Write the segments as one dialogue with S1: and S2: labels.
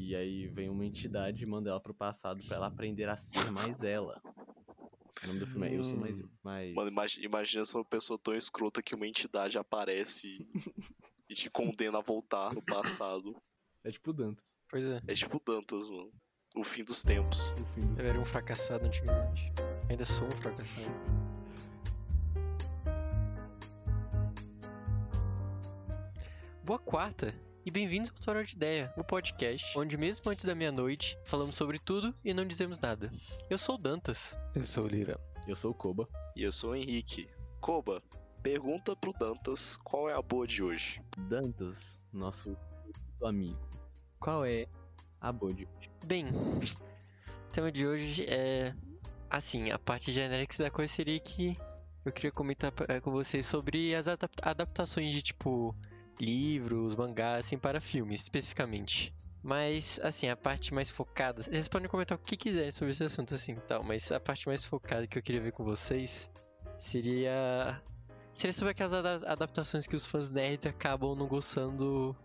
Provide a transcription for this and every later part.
S1: E aí vem uma entidade e manda ela pro passado pra ela aprender a ser mais ela. O nome do filme é Eu Sou Mais Eu. Mas...
S2: Mano, imagi- imagina se uma pessoa tão escrota que uma entidade aparece e te condena a voltar no passado.
S1: tipo, É tipo Dantas.
S3: Pois é,
S2: É tipo Dantas, mano. O fim dos tempos.
S1: No fim dos
S3: eu era um
S1: tempos.
S3: fracassado antigamente. Ainda sou um fracassado. Boa quarta e bem-vindos ao Tutorial de Ideia, o podcast onde, mesmo antes da meia-noite, falamos sobre tudo e não dizemos nada. Eu sou o Dantas.
S4: Eu sou o Lira.
S1: Eu sou o Koba.
S2: E eu sou o Henrique. Koba, pergunta pro Dantas qual é a boa de hoje.
S1: Dantas, nosso amigo. Qual é a boa de hoje?
S3: Bem, o tema de hoje é. Assim, a parte genérica da coisa seria que eu queria comentar pa- eh, com vocês sobre as adap- adaptações de tipo livros, mangás, assim, para filmes, especificamente. Mas, assim, a parte mais focada. Vocês podem comentar o que quiserem sobre esse assunto, assim tal, mas a parte mais focada que eu queria ver com vocês seria. Seria sobre aquelas ada- adaptações que os fãs nerds acabam não gostando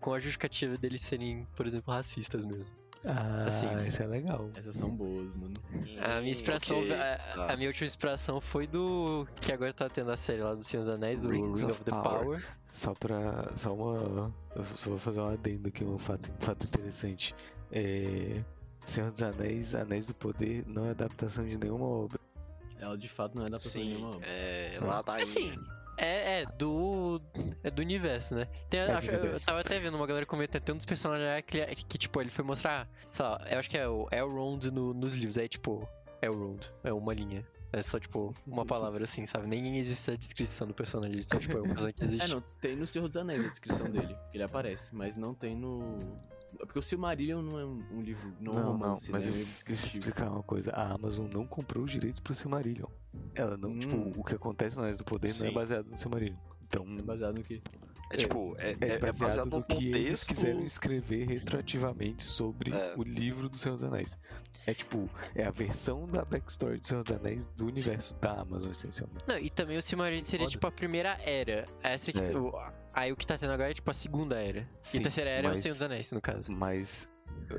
S3: com a justificativa deles serem, por exemplo, racistas mesmo.
S4: Ah,
S3: Assim.
S4: isso é legal.
S1: Essas são boas, mano.
S3: A minha é- inspiração,
S2: Hum, Ok,
S3: a,
S2: tá.
S3: a minha última inspiração foi do que agora tá tendo a série lá do Senhor dos Anéis, do
S4: Rings
S3: Ring
S4: of
S3: of the Power.
S4: Power. Só pra. Só uma. eu Só vou fazer um adendo aqui, um fato, fato interessante. É, Senhor dos Anéis, Anéis do Poder, não é adaptação de nenhuma obra.
S1: Ela de fato não é adaptação
S2: Sim,
S1: nenhuma.
S2: é lá da
S3: Assim, é, é do é do universo, né? Tem,
S4: É do
S3: acho- eu-
S4: universo.
S3: Eu tava até vendo uma galera comentando, tem um dos personagens lá que, que tipo, ele foi mostrar, sei lá, eu acho que é o Elrond no, nos livros, aí tipo, Elrond, é uma linha. É só, tipo, uma palavra assim, sabe? Nem existe a descrição do personagem, ele só, tipo, é um personagem que
S1: É,
S3: existe.
S1: não, tem no Senhor dos Anéis a descrição dele. Ele aparece, mas não tem no. É porque o Silmarillion não é um um livro. Não, é um
S4: Não, não,
S1: romance,
S4: mas
S1: né? É um livro
S4: es- deixa eu
S1: descritivo.
S4: explicar uma coisa. A Amazon não comprou os direitos pro Silmarillion. Ela não,
S1: Hum.
S4: tipo, o que acontece no Anéis do Poder não
S2: Sim.
S4: é baseado no Silmarillion. Então,
S1: É baseado no que?
S2: É tipo, é,
S4: é,
S2: é- é
S4: baseado,
S2: no
S4: no que eles
S2: contexto.
S4: quiseram escrever retroativamente sobre
S2: É.
S4: o livro do Senhor dos Anéis. É tipo, é a versão da backstory do Senhor dos Anéis do universo da Amazon, essencialmente.
S3: Não, e também o Silmarillion seria
S1: Foda.
S3: tipo a primeira era. Essa que.
S4: É.
S3: o- aí o que tá tendo agora é tipo a segunda era. e
S4: Sim,
S3: a terceira era é
S4: mas-
S3: o Senhor dos Anéis, no caso.
S4: Mas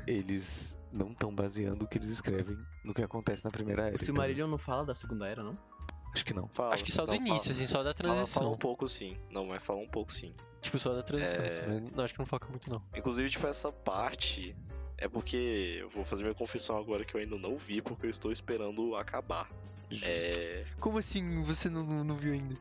S4: eles não estão baseando o que eles escrevem no que acontece na primeira era.
S1: O
S4: então,
S1: Silmarillion não fala da Segunda Era, não?
S4: acho que não.
S2: Fala,
S3: Acho que só do
S2: não,
S3: início,
S2: fala.
S3: assim, só da
S2: Fala,
S3: transição.
S2: fala um pouco sim. Não, mas fala um pouco sim.
S3: Tipo, só da transição.
S2: É.
S3: assim, mas não, acho que não foca muito, não.
S2: Inclusive, tipo, essa parte é porque eu vou fazer minha confissão agora que eu ainda não vi, porque eu estou esperando acabar. É.
S3: Como assim você não, viu ainda?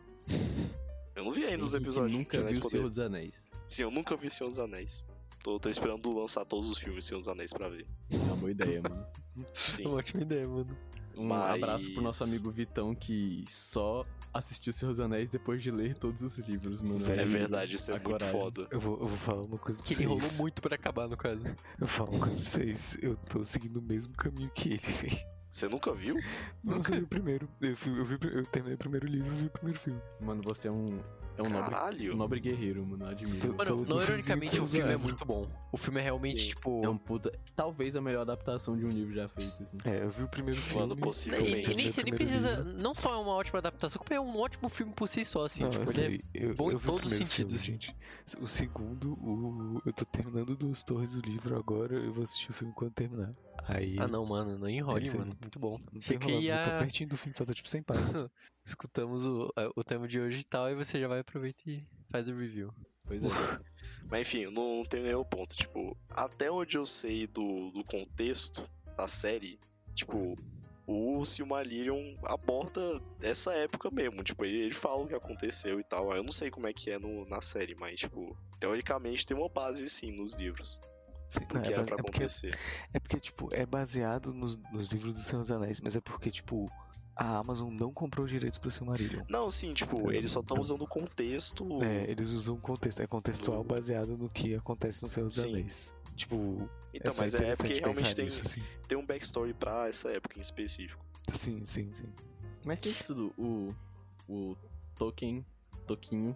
S2: Eu não vi ainda os
S1: Henrique
S2: episódios. né, de
S1: Nunca
S2: Anéis
S1: viu o
S2: Poder.
S1: Senhor dos Anéis.
S2: Sim, eu nunca vi Senhor dos Anéis. Tô, tô esperando lançar todos os filmes Senhor dos Anéis pra ver.
S1: É uma boa ideia, mano.
S2: Sim.
S3: Uma ótima ideia, mano.
S1: Um
S2: Mas-
S1: abraço pro nosso amigo Vitão que só assistiu Senhor dos Anéis depois de ler todos os livros, mano.
S4: É
S2: É
S1: Aí,
S2: verdade, isso é
S1: a
S2: muito
S1: coragem.
S2: foda.
S4: Eu vou, eu vou falar uma coisa pra
S3: Que ele
S4: vocês.
S3: enrolou muito pra acabar, no caso.
S4: Eu vou falar uma coisa pra vocês. Eu tô seguindo o mesmo caminho que ele, velho.
S2: Você nunca viu?
S4: Não,
S3: Nunca.
S4: eu vi o primeiro. Eu, fui- eu, vi, eu terminei o primeiro livro e vi o primeiro filme.
S1: Mano, você é um. É um nobre,
S2: Caralho!
S1: um nobre guerreiro, mano. eu Admiro.
S4: Mano,
S3: Mano,
S4: Só do
S3: não ironicamente,
S4: fiozinho
S3: o filme é
S4: cruzado.
S3: muito bom. O filme é realmente,
S2: Sim.
S3: tipo.
S1: É um puta. Talvez a melhor adaptação de um livro já feito, assim.
S4: É, eu vi o primeiro filme.
S2: Mano,
S3: E,
S2: possivelmente.
S3: e, e nem,
S4: Realmente,
S3: você nem
S4: o primeiro
S3: precisa.
S4: livro.
S3: Não só é uma ótima adaptação, como é um ótimo filme por si só, assim.
S4: Não,
S3: tipo,
S4: eu
S3: ele é
S4: sei. Eu,
S3: bom em
S4: eu vi o
S3: todos os
S4: primeiro filme,
S3: sentidos.
S4: gente. O segundo, o... eu tô terminando Duas Torres do livro agora, eu vou assistir o filme quando terminar. Aí.
S3: Ah não, mano, não enrole,
S4: É isso aí.
S3: mano. Muito bom.
S4: Não
S3: Você
S4: tem rolado, eu tô
S3: queria.
S4: pertinho do filme, falta tipo 100 páginas.
S3: Escutamos o, a- o tema de hoje e tal, e você já vai aproveitar e faz o review.
S1: Pois é.
S2: Mas enfim, não, não tem nenhum ponto. Tipo, até onde eu sei do, do contexto da série, tipo, o Silmarillion aborda essa época mesmo. Tipo, ele, ele fala o que aconteceu e tal. Eu não sei como é que é no- na série, mas, tipo, teoricamente tem uma base sim nos livros.
S4: Sim,
S2: Do
S4: não,
S2: que
S4: é,
S2: era
S4: base-
S2: pra
S4: é porque,
S2: acontecer.
S4: é porque, tipo, é baseado nos, nos livros do Senhor dos Anéis, mas é porque, tipo, a Amazon não comprou os direitos pro Silmarillion.
S2: Não, sim, tipo, eles só estão usando o contexto.
S4: É, eles usam contexto. É contextual
S2: No-
S4: baseado no que acontece no Senhor dos
S2: Sim.
S4: Anéis. Tipo,
S2: então,
S4: é só
S2: mas é
S4: interessante
S2: porque realmente
S4: pensar
S2: tem,
S4: nisso, assim.
S2: tem um backstory pra essa época em específico.
S4: Sim, sim, sim.
S1: Mas tem de tudo. O. O Tolkien. Toquinho.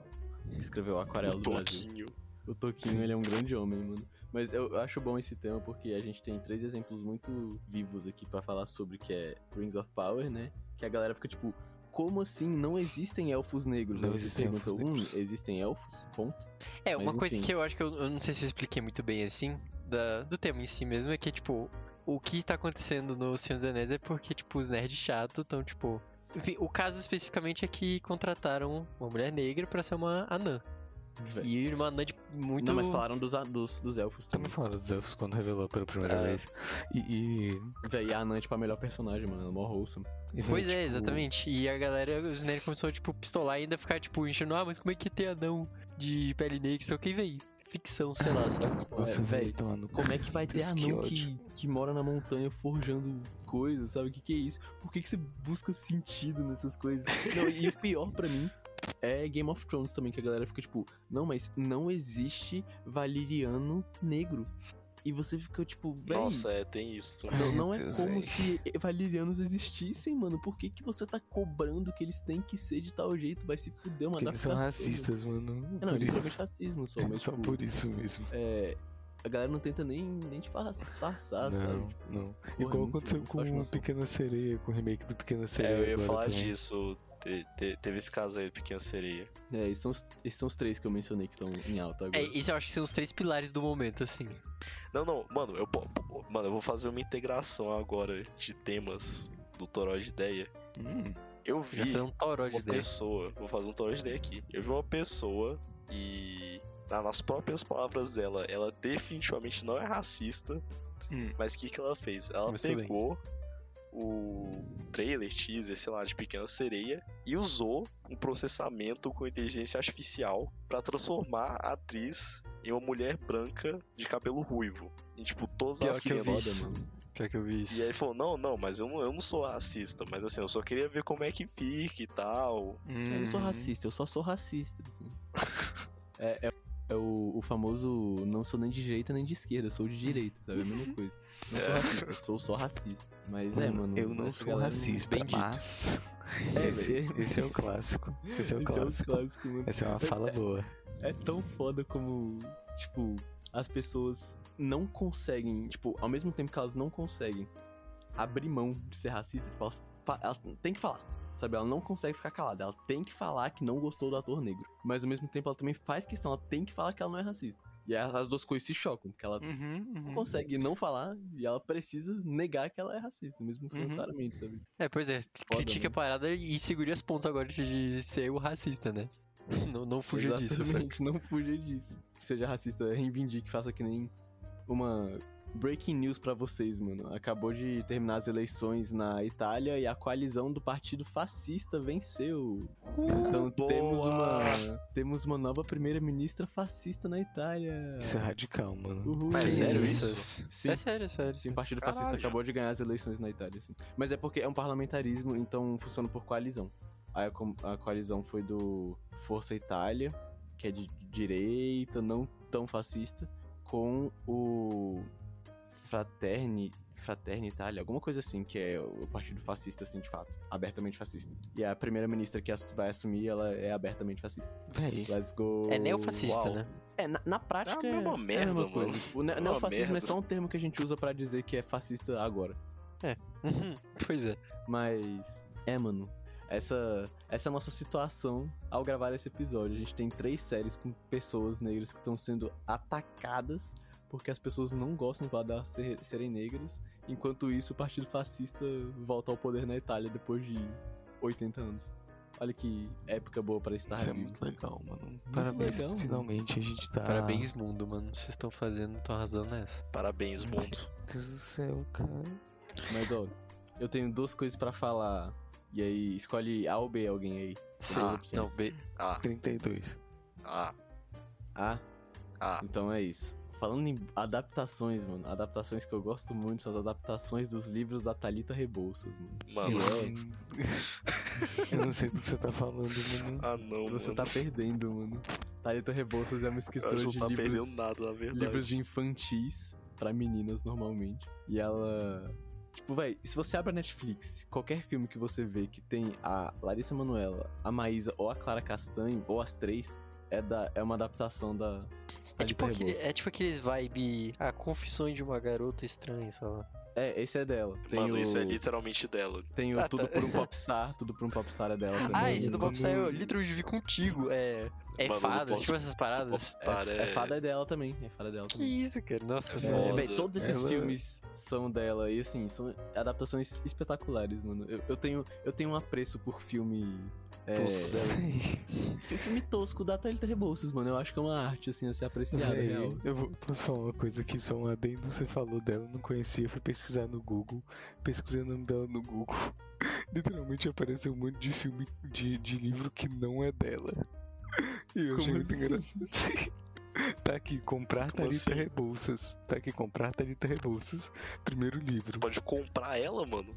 S1: Que escreveu a Aquarela
S2: Um
S1: do Brasil.
S2: toquinho.
S1: O Toquinho,
S4: Sim.
S1: ele é um grande homem, mano. Mas eu acho bom esse tema porque a gente tem três exemplos muito vivos aqui pra falar sobre, que é Rings of Power, né? Que a galera fica tipo, como assim não existem elfos negros?
S4: Não
S1: Aí você
S4: existem
S1: pergunta,
S4: elfos negros.
S1: Hum, existem elfos? Ponto.
S3: É,
S1: Mas
S3: uma coisa
S1: enfim.
S3: que eu acho que eu, eu não sei se eu expliquei muito bem assim, da- do tema em si mesmo é que, tipo, o que tá acontecendo no Senhor dos Anéis é porque, tipo, os nerds chatos estão, tipo. Enfim, o caso especificamente é que contrataram uma mulher negra pra ser uma anã.
S1: Velho.
S3: E uma anã de muito.
S1: É. Não, mas falaram dos, a- dos, dos elfos
S4: Também
S1: também.
S4: falaram dos elfos quando revelou pela primeira
S2: É.
S4: vez. E. e-
S1: Véi, e a Anã é tipo a melhor personagem, mano. Ela é Mó wholesome.
S4: e foi,
S3: Pois é,
S4: tipo,
S3: exatamente. E a galera, os nerds começou, tipo, pistolar e ainda ficar, tipo, enchendo, ah, mas como é que tem anão de pele negra? Só que veio. Ficção, sei lá, sabe?
S4: Nossa,
S1: É,
S4: velho,
S1: véi,
S4: tá no
S1: Como é que vai ter
S4: Deus, que
S1: anão que,
S4: ódio.
S1: que mora na montanha forjando coisas, sabe? O que, que é isso? Por que, que você busca sentido nessas coisas? Não, e o pior pra mim é Game of Thrones também, que a galera fica tipo, não, mas não existe valiriano negro. E você fica tipo, véi,
S2: Nossa, é, tem isso.
S1: não, não
S4: Meu
S1: é
S4: Deus,
S1: como
S4: véi.
S1: se valirianos existissem, mano. Por que, que você tá cobrando que eles têm que ser de tal jeito? Vai se fuder, é uma
S4: Porque eles são
S1: adaptação.
S4: racistas, mano.
S1: É, não,
S4: por
S1: eles
S4: isso.
S1: são racismo só,
S4: Eles
S1: mas
S4: são
S1: tipo,
S4: por isso mesmo.
S1: é, a galera não tenta nem, nem disfarçar, disfarçar
S4: não,
S1: sabe?
S4: não.
S1: Porra,
S4: Igual
S1: muito-
S4: aconteceu
S1: muito
S4: com
S1: ótimo,
S4: o
S1: assim.
S4: Pequena Sereia, com o remake do Pequena Sereia.
S2: É, eu ia
S4: agora
S2: falar
S4: também.
S2: disso. Te- te- teve esse caso aí do Pequena Sereia.
S1: É, esses são, os, esses são os três que eu mencionei que estão em alta agora.
S3: É, isso eu acho que são os três pilares do momento, assim.
S2: Não, não, mano, eu, po- po- mano, eu vou fazer uma integração agora de temas do Toró de Ideia.
S4: Hum,
S2: Eu
S3: Já
S2: vi
S3: foi um toró de
S2: uma
S3: ideia.
S2: pessoa, vou fazer um Toró de Ideia aqui. Eu vi uma pessoa e, na- nas próprias palavras dela, ela definitivamente não é racista,
S4: hum.
S2: mas o que, que ela fez? Ela
S3: Começou bem.
S2: pegou o trailer, teaser, sei lá, de Pequena Sereia e usou um processamento com inteligência artificial pra transformar a atriz em uma mulher branca de cabelo ruivo. E, tipo, todas
S3: Pior
S2: as
S3: que eu vi
S1: Foda,
S2: cenas.
S3: isso.
S1: mano.
S3: Pior que eu vi isso.
S2: E aí ele falou, não, não, mas eu não, eu não sou racista, mas assim, eu só queria ver como é que fica e tal.
S1: Eu não sou
S4: Hum.
S1: racista, eu só sou racista. assim. É, é- é o, o famoso não sou nem de direita nem de esquerda, sou de direita, sabe? É a mesma coisa. Não sou
S2: É.
S1: racista, sou só racista. Mas é,
S4: Mano,
S1: mano.
S4: Hum, Eu não
S1: essa
S4: sou
S1: galera
S4: racista,
S1: bem dito.
S4: mas.
S1: É,
S4: esse,
S1: velho.
S4: esse é o clássico. Esse é o
S1: Esse é o
S4: clássico.
S1: clássico, mano.
S4: Essa é uma fala boa.
S1: É tão foda como, tipo, as pessoas não conseguem, tipo, ao mesmo tempo que elas não conseguem abrir mão de ser racista, tipo, elas, fa- elas têm que falar, sabe? Ela não consegue ficar calada, ela tem que falar que não gostou do ator negro. Mas ao mesmo tempo ela também faz questão, ela tem que falar que ela não é racista. E aí as duas coisas se chocam, porque
S3: Uhum.
S1: ela não consegue não falar e ela precisa negar que ela é racista, mesmo sendo
S4: Uhum.
S1: claramente, sabe?
S3: É, pois é, critica
S1: né?
S3: a parada e segure as pontas agora de ser o racista, né? Não, não fuja disso, sabe?
S1: Exatamente, não fuja disso. Que seja racista, reivindique, faça que nem uma breaking news pra vocês, mano. Acabou de terminar as eleições na Itália e a coalizão do partido fascista venceu. Então
S2: boa!
S1: temos uma temos uma nova primeira-ministra fascista na Itália.
S4: Isso é radical, mano.
S1: Uhul.
S2: Mas é
S3: Sim,
S2: sério
S3: isso?
S2: isso?
S1: Sim.
S3: É sério, é sério.
S1: Sim, o Partido Fascista
S2: Caralho.
S1: acabou de ganhar as eleições na Itália, assim. Mas é porque é um parlamentarismo, então funciona por coalizão. Aí a, com- a coalizão foi do Força Itália, que é de direita, não tão fascista, com o Fraterni, Fraterni Itália, alguma coisa assim, que é o Partido Fascista, assim, de fato, abertamente fascista. E a primeira-ministra que ass- vai assumir, ela é abertamente fascista.
S4: Véi.
S1: Let's go!
S3: É neofascista,
S2: Uau.
S3: né?
S1: É, na, na prática
S2: É a mesma merda,
S1: mesma
S2: mano.
S1: coisa. O ne-
S2: É uma
S1: neofascismo é
S2: merda.
S1: só um termo que a gente usa pra dizer que é fascista agora.
S3: pois é.
S1: Mas é, mano. Essa, essa é a nossa situação ao gravar esse episódio. A gente tem três séries com pessoas negras que estão sendo atacadas porque as pessoas não gostam de guardar ser- serem negras. Enquanto isso, o Partido Fascista volta ao poder na Itália depois de 80 anos. Olha que época boa pra estar
S4: Isso é
S1: vivo.
S4: muito legal, mano. Parabéns.
S1: tá legal, mano.
S4: Finalmente a gente
S2: Ah.
S4: tá.
S3: Parabéns, mundo, mano. Vocês estão fazendo, estão arrasando nessa.
S2: Parabéns, mundo.
S4: Meu Deus do céu, cara.
S1: Mas ó, eu tenho duas coisas pra falar. E aí, escolhe A ou B alguém aí.
S2: Ah,
S1: opções.
S3: Não, B.
S2: Ah,
S4: 32.
S2: ah,
S1: A?
S2: ah.
S1: Então é isso. Falando em adaptações, mano, adaptações que eu gosto muito são as adaptações dos livros da Thalita Rebouças, mano.
S2: Mano.
S1: Ué.
S4: Eu não sei do que você tá falando, mano.
S2: Ah não,
S1: Você
S2: mano.
S1: tá perdendo, mano. Thalita Rebouças é uma
S2: Eu
S1: escritora
S2: acho
S1: de
S2: que não tá perdendo
S1: livros,
S2: nada, na verdade.
S1: livros de infantis pra meninas normalmente. E ela. Tipo, véi, se você abre a Netflix, qualquer filme que você vê que tem a Larissa Manoela, a Maísa ou a Clara Castanho, ou as três, é, da, é uma adaptação da,
S3: É tipo,
S1: Larissa
S3: aquele,
S1: Rebouças.
S3: é tipo aqueles vibe. A confissões de uma garota estranha, sei lá.
S1: É, esse é dela. Tem
S2: Mano,
S1: o,
S2: isso é literalmente dela.
S1: tem o
S3: Ah,
S1: Tudo
S3: tá.
S1: por um Popstar, Tudo por um Popstar é dela também.
S3: Ah, esse do
S4: não-
S3: Popstar é o
S4: não-
S3: Little Vivi contigo. É. É
S2: Mano, do
S3: fadas,
S2: Pop-
S3: tipo essas
S2: O
S3: paradas.
S2: Popstar
S1: é,
S2: é.
S1: é fada é dela também. É fada dela
S3: Que
S1: também.
S3: isso, cara? Nossa,
S2: É
S1: É,
S3: velho.
S2: foda.
S1: véi, todos esses
S4: Ela-
S1: filmes são dela e assim, são adaptações espetaculares, mano. Eu, eu tenho, eu tenho um apreço por filme. É,
S3: Tosco dela.
S1: fi- filme tosco da Thalita Rebouças, mano. Eu acho que é uma arte, assim, a ser apreciada,
S4: Véi,
S1: real.
S4: eu vou- posso falar uma coisa aqui, só um adendo, você falou dela, eu não conhecia, fui pesquisar no Google, pesquisei o nome dela no Google, literalmente apareceu um monte de filme, de, de livro que não é dela. E eu
S1: Como
S4: achei muito
S1: assim?
S4: engraçado. Tá aqui, comprar
S2: Como
S4: Thalita
S2: assim?
S4: Rebouças. Tá aqui, comprar Thalita Rebouças. Primeiro
S2: Você
S4: livro.
S2: pode comprar ela, mano.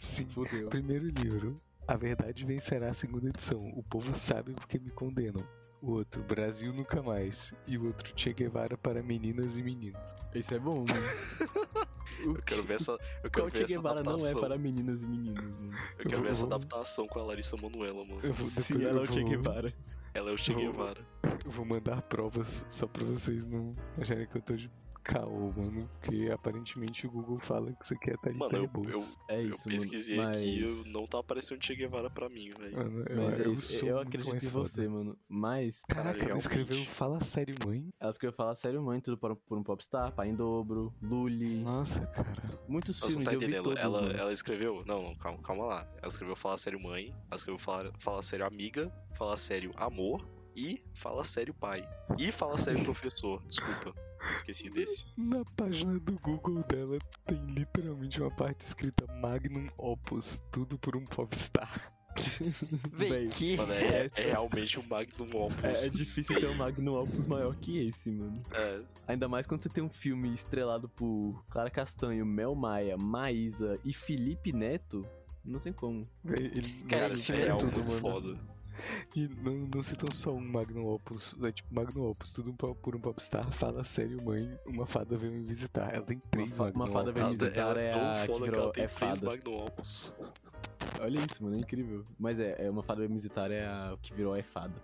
S4: Sim,
S1: Fudeu.
S4: Primeiro livro, A Verdade Vencerá, segunda edição. O povo sabe porque me condenam. O outro, Brasil Nunca Mais. E o outro, Che Guevara para meninas e meninos.
S1: Isso é bom, mano. O
S2: Eu quero ver essa. Eu
S1: Qual
S2: quero ver
S1: Che
S2: essa
S1: Guevara não é
S2: adaptação.
S1: para meninas e meninos, mano.
S2: Eu quero ver essa
S4: Eu vou-
S2: adaptação com a Larissa Manoela, mano.
S4: Eu vou,
S1: Se
S4: depois
S1: ela é
S4: eu
S1: o Che
S4: vou-
S1: Guevara.
S2: Ela é o Che
S4: eu vou-
S2: Guevara.
S4: Eu vou mandar provas só pra vocês não acharem que eu tô de caô, mano. Porque aparentemente o Google fala que isso aqui é Thalita
S2: Mano, eu-
S4: Rebouças.
S1: É
S2: Eu
S1: isso,
S2: pesquisei
S1: mano.
S2: aqui
S1: Mas...
S2: e não tá aparecendo Che Guevara pra mim, velho.
S4: Mano, eu,
S1: Mas é
S4: eu
S1: isso.
S4: sou
S1: Eu
S4: muito
S1: acredito
S4: mais
S1: em
S4: foda.
S1: você, mano. Mas
S4: Caraca, ela
S2: Realmente.
S4: escreveu Fala Sério Mãe?
S1: elas que eu ia falar sério, mãe, tudo por, por um popstar, pai em dobro, Lully.
S4: Nossa, cara.
S1: Muitos
S2: Nossa, não
S1: filmes
S2: tá
S1: eu vi
S2: entendendo.
S1: todos,
S2: Ela,
S1: mano.
S2: ela escreveu. Não, não, calma, calma lá. Ela escreveu Falar Sério Mãe, ela escreveu Falar, falar Sério Amiga, Falar Sério Amor e Fala Sério Pai. E Fala Sério Professor, desculpa. Esqueci desse.
S4: Na página do Google dela tem literalmente uma parte escrita Magnum Opus, tudo por um popstar.
S3: Véi,
S1: Véi,
S3: que.
S2: Mano, é,
S1: Essa-
S2: é realmente um magnum opus.
S1: É, é difícil ter um Magnum Opus maior que esse, mano.
S2: É,
S1: Ainda mais quando você tem um filme estrelado por Clara Castanho, Mel Maia, Maísa e Felipe Neto, não tem como.
S4: Véi, Ele,
S3: Cara,
S2: cara,
S3: esse
S2: isso é
S3: filme é
S2: real
S3: tudo,
S2: muito
S3: mano.
S2: foda.
S4: e não, não citam só um Magnum Opus, é tipo Magnum Opus, tudo po- por um popstar, fala sério, mãe, uma fada veio me visitar. Ela tem três
S1: fa- uma
S4: Magnum
S1: fada veio me
S4: Opus.
S1: visitar. cara é
S2: tão
S1: a que
S2: foda que
S1: virou-
S2: ela tem
S1: é
S2: três
S1: fada.
S2: magnum opus.
S1: Olha isso, mano, é incrível. Mas é, é uma fada bemisitária é a que virou a fada.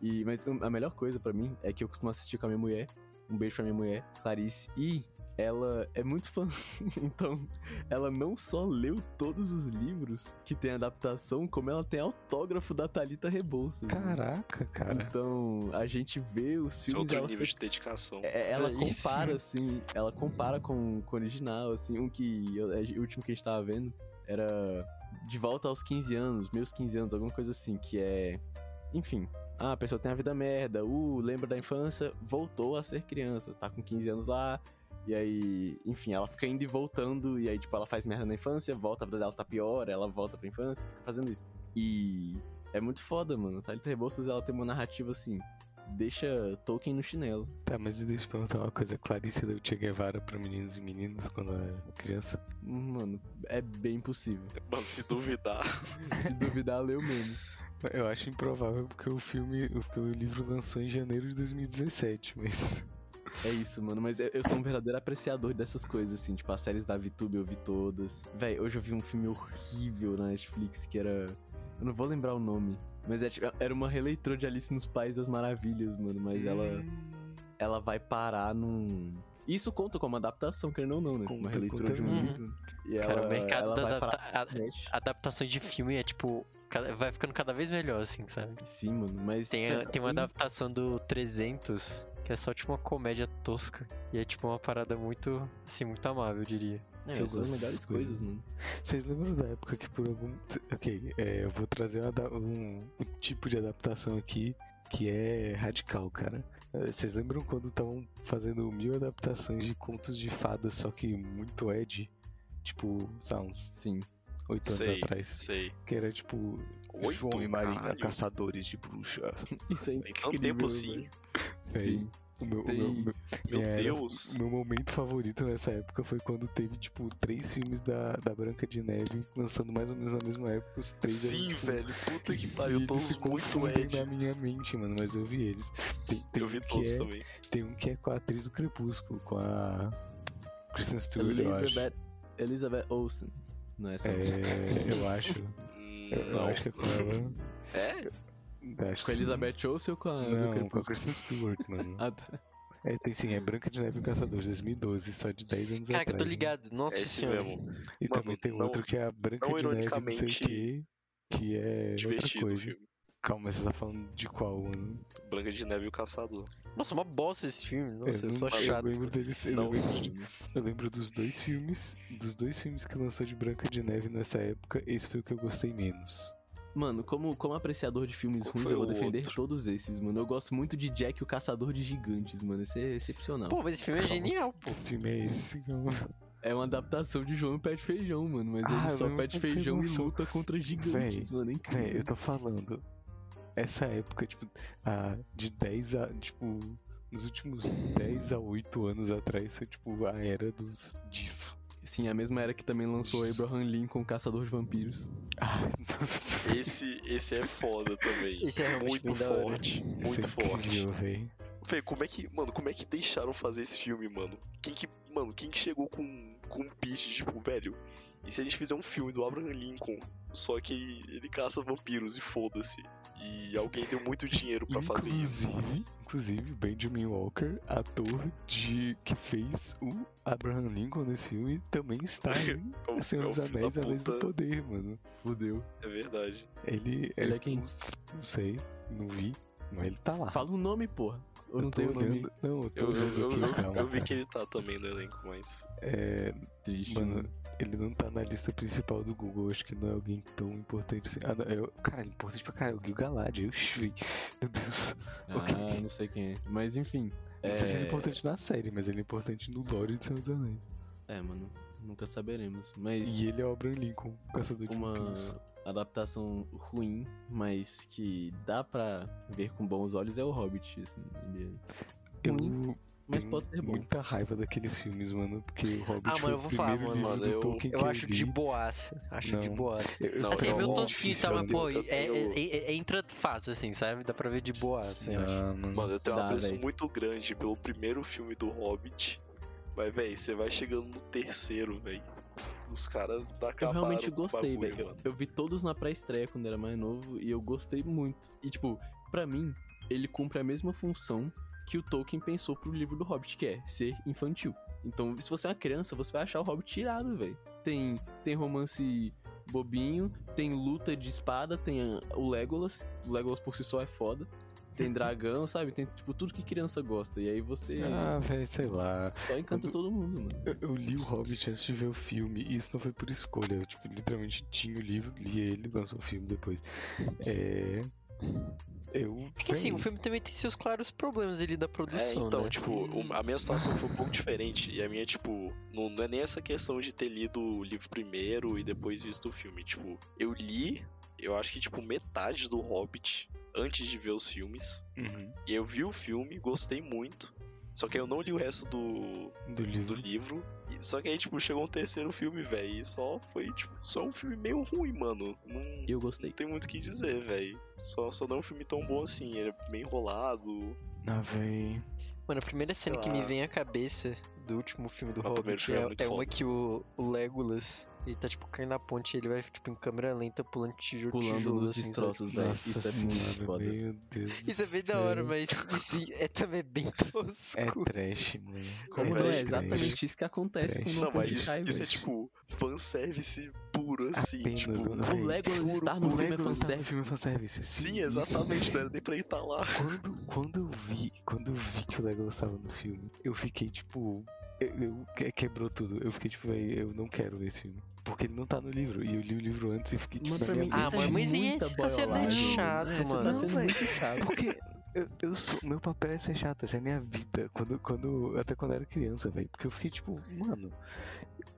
S1: E, mas um, a melhor coisa pra mim é que eu costumo assistir com a minha mulher. Um beijo pra minha mulher, Clarice. E ela é muito fã. então, ela não só leu todos os livros que tem adaptação, como ela tem autógrafo da Thalita Rebouças. mano.
S4: Caraca, cara.
S1: Então, a gente vê os filmes.
S2: Isso é
S1: e
S2: outro
S1: Ela,
S2: nível
S1: fica-
S2: de dedicação.
S1: é- ela
S3: Isso.
S1: compara, assim. Ela compara com, com o original, assim. Um que. eu- é, O último que a gente tava vendo era. De volta aos 15 anos, meus 15 anos, alguma coisa assim, que é. Enfim. Ah, a pessoa tem a vida merda. Uh, lembra da infância, voltou a ser criança. Tá com 15 anos lá. E aí, enfim, ela fica indo e voltando. E aí, tipo, ela faz merda na infância, volta, a vida dela tá pior, ela volta pra infância, fica fazendo isso. E é muito foda, mano. Thalita Rebouças, ela tem uma narrativa assim. Deixa Tolkien no chinelo.
S4: Tá, mas deixa eu perguntar uma coisa. Clarice deu Che Guevara pra meninos e meninas quando ela era criança?
S1: Mano, é bem possível.
S2: Mano, se duvidar.
S1: Se duvidar, leu mesmo.
S4: Eu acho improvável porque o filme, porque o livro lançou em janeiro de 2017, mas.
S1: É isso, mano. Mas eu, eu sou um verdadeiro apreciador dessas coisas, assim. Tipo, as séries da VTube eu vi todas. Véi, hoje eu vi um filme horrível na Netflix que era. Eu não vou lembrar o nome. Mas é, tipo, era uma releitura de Alice nos País das Maravilhas, mano. Mas
S4: Hum.
S1: ela. ela vai parar num. Isso conta como adaptação, querendo ou não, né?
S4: Conta,
S1: uma releitura
S4: conta
S1: de um
S3: mesmo.
S1: livro. E
S3: Cara,
S1: ela,
S3: o mercado
S1: ela
S3: das
S1: vai parar
S3: adapta-
S1: na net.
S3: a- adaptações de filme é tipo. cada- Vai ficando cada vez melhor, assim, sabe?
S1: Sim, mano, mas.
S3: Tem, a- tem uma
S1: Ih,
S3: adaptação do 300, que é só tipo uma comédia tosca. E é tipo uma parada muito, assim, muito amável, eu diria.
S1: é,
S4: eu
S1: são as
S4: gosto
S1: melhores
S4: dessas
S1: coisas,
S4: coisas.
S1: mano.
S4: Vocês lembram da época que por algum. Ok, é, eu vou trazer uma da- um, um tipo de adaptação aqui que é radical, cara. Eh, Vocês lembram quando estavam fazendo mil adaptações de contos de fadas, só que muito Ed? Tipo, sei lá, uns
S1: Sim.
S4: oito anos
S2: Sei,
S4: atrás.
S2: sei.
S4: Que era tipo.
S2: Oito,
S4: João e Marina,
S2: caralho.
S4: caçadores de bruxa.
S1: Isso é
S2: Tem tanto
S1: incrível, velho. É,
S2: tempo assim.
S4: Véi,
S1: Sim.
S4: O meu, o
S1: Tem-
S4: meu- meu-
S2: Meu
S4: minha era-
S2: Deus.
S4: o meu momento favorito nessa época foi quando teve, tipo, três filmes da, da Branca de Neve lançando mais ou menos na mesma época. Os três eram,
S2: Sim,
S4: tipo,
S2: velho. Puta que
S4: E
S2: pariu.
S4: eles
S2: Todos
S4: se
S2: muito
S4: confundem na minha
S2: edges.
S4: mente, mano, mas eu vi eles. Tem, tem
S2: Eu
S4: um
S2: vi
S4: que
S2: todos
S4: é,
S2: também.
S4: Tem um que é com a atriz do Crepúsculo, com a Kristen Stewart,
S1: Elizabeth, Elizabeth Olsen. Não é essa?
S4: eu acho. É, eu acho.
S2: Hum,
S4: Eu, eu
S2: não.
S4: acho que é com ela.
S2: É?
S4: Acho
S1: Com a
S4: que sim.
S1: Elizabeth Olsen ou com a do
S4: Não, com a
S1: Crepúsculo?
S4: Kristen Stewart, mano.
S1: Ah, tá.
S4: É, tem sim, é Branca de Neve e o Caçador, de 2012, só de 10 anos
S3: Caraca, eu
S4: atrás.
S3: tô
S4: né?
S3: ligado. Nossa
S2: É esse
S3: senhora.
S2: mesmo.
S4: E
S2: Mano,
S4: também tem
S2: não-
S4: outro que é a Branca
S2: não
S4: de Neve, não sei o
S2: ironicamente
S4: quê, que é outra
S2: Divertido o
S4: coisa.
S2: filme.
S4: Calma, você tá falando de qual, mano?
S2: Branca de Neve e o Caçador.
S3: Nossa, é uma bosta esse filme. Nossa,
S4: eu
S3: é só
S4: não-
S3: chato.
S4: Eu lembro, deles, eu,
S2: Não.
S4: lembro de- eu lembro dos dois filmes, dos dois filmes que lançou de Branca de Neve nessa época, esse foi o que eu gostei menos.
S1: Mano, como, como apreciador de filmes
S2: Qual
S1: ruins,
S2: foi
S1: eu vou
S2: o
S1: defender
S2: outro?
S1: todos esses, mano. Eu gosto muito de Jack, o Caçador de Gigantes, mano. Esse é excepcional.
S3: Pô, mas esse filme é
S4: Calma.
S3: genial, pô.
S4: Que filme é esse? Calma.
S1: É uma adaptação de João e Pé de Feijão, mano. Mas
S4: Ah,
S1: ele
S4: eu
S1: só
S4: não
S1: pede
S4: tenho
S1: feijão e
S4: noção.
S1: luta contra gigantes, mano. É incrível.
S4: Véi, eu tô falando. Essa época, tipo, a, de 10 a. Tipo, nos últimos 10 a 8 anos atrás foi, tipo, a era dos disso.
S1: Sim, a mesma era que também lançou
S4: Isso.
S1: Abraham Lincoln, Caçador de Vampiros.
S4: Ai, nossa.
S2: Esse, esse é foda também.
S3: Esse é realmente
S2: muito
S3: bem da hora.
S2: forte. Muito
S4: Isso é
S2: forte.
S4: incrível, véi.
S2: Fê, como é que. Mano, como é que deixaram fazer esse filme, mano? Quem que. Mano, quem que chegou com, com um pitch, tipo, velho? E se a gente fizer um filme do Abraham Lincoln, só que ele caça vampiros e foda-se. E alguém deu muito dinheiro pra fazer isso.
S4: Inclusive, inclusive, Benjamin Walker, ator de que fez o Abraham Lincoln nesse filme, também está em
S2: É o-
S4: Senhor
S2: é o filho
S4: dos
S2: da
S4: Assim, Anéis, Anéis do
S2: puta,
S4: Poder, mano.
S1: Fudeu.
S2: É verdade.
S4: Ele,
S1: Ele é quem?
S4: Não, s- não sei, não vi, mas ele tá lá.
S1: Fala o nome, porra. Eu, não
S4: tô
S1: tenho o nome.
S4: olhando. Não, eu tô
S2: Eu, eu,
S4: olhando
S2: eu,
S4: aqui,
S2: eu-
S4: calma,
S2: eu vi
S4: cara.
S2: que ele tá também no elenco, mas.
S4: É,
S1: Triste.
S4: mano, ele não tá na lista principal do Google, acho que não é alguém tão importante assim. Ah, não, é, o- caralho, importante pra caralho, é o Gil Galad, eu vi. Meu Deus.
S1: Ah,
S4: ok.
S1: não sei quem é. Mas enfim.
S4: Não
S1: é...
S4: sei se ele é importante na série, mas ele é importante no lore de Senhor dos Anéis.
S1: É, mano. Nunca saberemos. Mas.
S4: E ele é o Abraham Lincoln, o caçador de
S1: uma
S4: vampiros.
S1: adaptação ruim, mas que dá pra ver com bons olhos é o Hobbit, assim. ele é-
S4: Eu
S1: Mas
S4: tenho
S1: pode ser bom.
S4: muita raiva daqueles filmes, mano, porque o Hobbit
S3: Ah,
S4: foi
S3: mano, eu
S4: o
S3: vou
S4: primeiro
S3: falar, mano.
S4: livro
S2: mano,
S4: do
S2: eu-
S4: Tolkien
S3: Eu
S4: que
S3: acho
S4: li.
S3: de boaça. Acho de
S4: Não. um
S3: boaça.
S4: Eu- eu-
S3: Assim,
S4: eu
S3: é meio
S4: acho
S3: tosquinho,
S4: difícil,
S3: tá? Mas,
S4: mano.
S3: pô,
S2: eu
S3: é,
S2: tenho-
S3: é, é, é entra fácil, assim, sabe? Dá pra ver de boaça, assim, eu acho.
S4: Ah, mano.
S2: Mano, eu tenho um
S1: Dá,
S2: apreço
S1: véi.
S2: muito grande pelo primeiro filme do Hobbit. Mas, véi, você vai chegando no terceiro, véi. Os caras
S1: Eu
S2: acabaram
S1: realmente
S2: com o
S1: gostei,
S2: bagulho,
S1: velho. Eu,
S2: mano.
S1: eu vi todos na pré-estreia quando era mais novo e eu gostei muito. E, tipo, pra mim, ele cumpre a mesma função que o Tolkien pensou pro livro do Hobbit, que é ser infantil. Então, se você é uma criança, você vai achar o Hobbit tirado, velho. Tem, tem romance bobinho, tem luta de espada, tem ah, o Legolas. O Legolas por si só é foda. Tem dragão, sabe? Tem, tipo, tudo que criança gosta. E aí você
S4: Ah, velho, sei lá.
S1: só encanta
S4: quando-
S1: todo mundo, mano.
S4: Eu, eu li o Hobbit antes de ver o filme, e isso não foi por escolha. Eu, tipo, literalmente tinha o livro, li ele, lançou o filme depois. É. Eu.
S3: É que assim,
S4: véi,
S3: o filme também tem seus claros problemas ali da
S2: É,
S3: produção,
S2: então,
S3: né?
S2: tipo, o- a minha situação foi um pouco diferente. E a minha, tipo, não, não é nem essa questão de ter lido o livro primeiro e depois visto o filme. Tipo, eu li, eu acho que, tipo, metade do Hobbit antes de ver os filmes.
S4: uhum,
S2: E eu vi o filme, gostei muito. Só que eu não li o resto do,
S4: Do
S2: do
S4: livro.
S2: livro. E- Só que aí, tipo, chegou um terceiro filme, velho. E só foi, tipo, só um filme meio ruim, mano. Não,
S1: Eu
S2: não
S1: gostei.
S2: tem muito o que dizer, velho. Só, só não é um filme tão bom assim. Ele é meio enrolado.
S4: Ah, véi.
S3: Mano, a primeira cena
S2: Sei
S3: que
S2: lá.
S3: me vem à cabeça do último filme do
S2: Ah, o primeiro
S3: Hobbit
S2: filme é
S3: é,
S2: muito
S3: é uma
S2: foda.
S3: que o, o Legolas, ele tá tipo caindo na ponte e ele vai tipo em câmera lenta pulando tijolo,
S1: Pulando
S3: tijolo,
S1: nos
S3: assim, sabe?
S1: destroços, velho.
S4: Nossa
S1: Isso é muito
S4: senhora,
S1: foda.
S4: meu Deus do
S3: Isso é bem da hora,
S4: céu.
S3: mas isso é também bem
S4: É
S3: tosco.
S4: trash, mano.
S1: Como não é
S2: Verdade, cara.
S1: exatamente isso que acontece
S4: Trash.
S1: quando
S2: Não,
S1: o
S2: mas
S1: Hobbit
S2: isso,
S1: cai,
S2: isso é
S1: velho.
S2: tipo fanservice puro, assim.
S4: Apenas, um
S2: tipo,
S4: mano.
S1: O
S4: Véi,
S1: Legolas
S4: juro,
S1: estar no
S4: o
S1: filme é
S4: Legolas tá no
S1: fanservice.
S4: filme é fanservice.
S2: sim,
S4: isso.
S2: exatamente, não era nem pra ele estar lá.
S4: Quando, quando eu vi, quando eu vi que o Legolas estava no filme, eu fiquei tipo, eu, eu- que- quebrou tudo. Eu fiquei tipo, véi, eu não quero ver esse filme, porque ele não tá no livro. E eu li o livro antes e fiquei tipo,
S1: Mano,
S4: na
S1: pra
S4: minha
S1: mim,
S3: Ah,
S1: isso
S4: mente,
S1: é
S3: mano, mas aí
S1: muita
S3: você tá sendo
S1: boiolagem,
S4: muito
S3: chato,
S1: né? Você
S3: mano.
S1: tá
S4: Não,
S1: sendo
S4: velho.
S1: muito chato.
S4: É Porque eu, eu sou, meu papel é ser chato, essa é a minha vida. Quando, quando, até quando eu era criança, velho. Porque eu fiquei tipo, mano,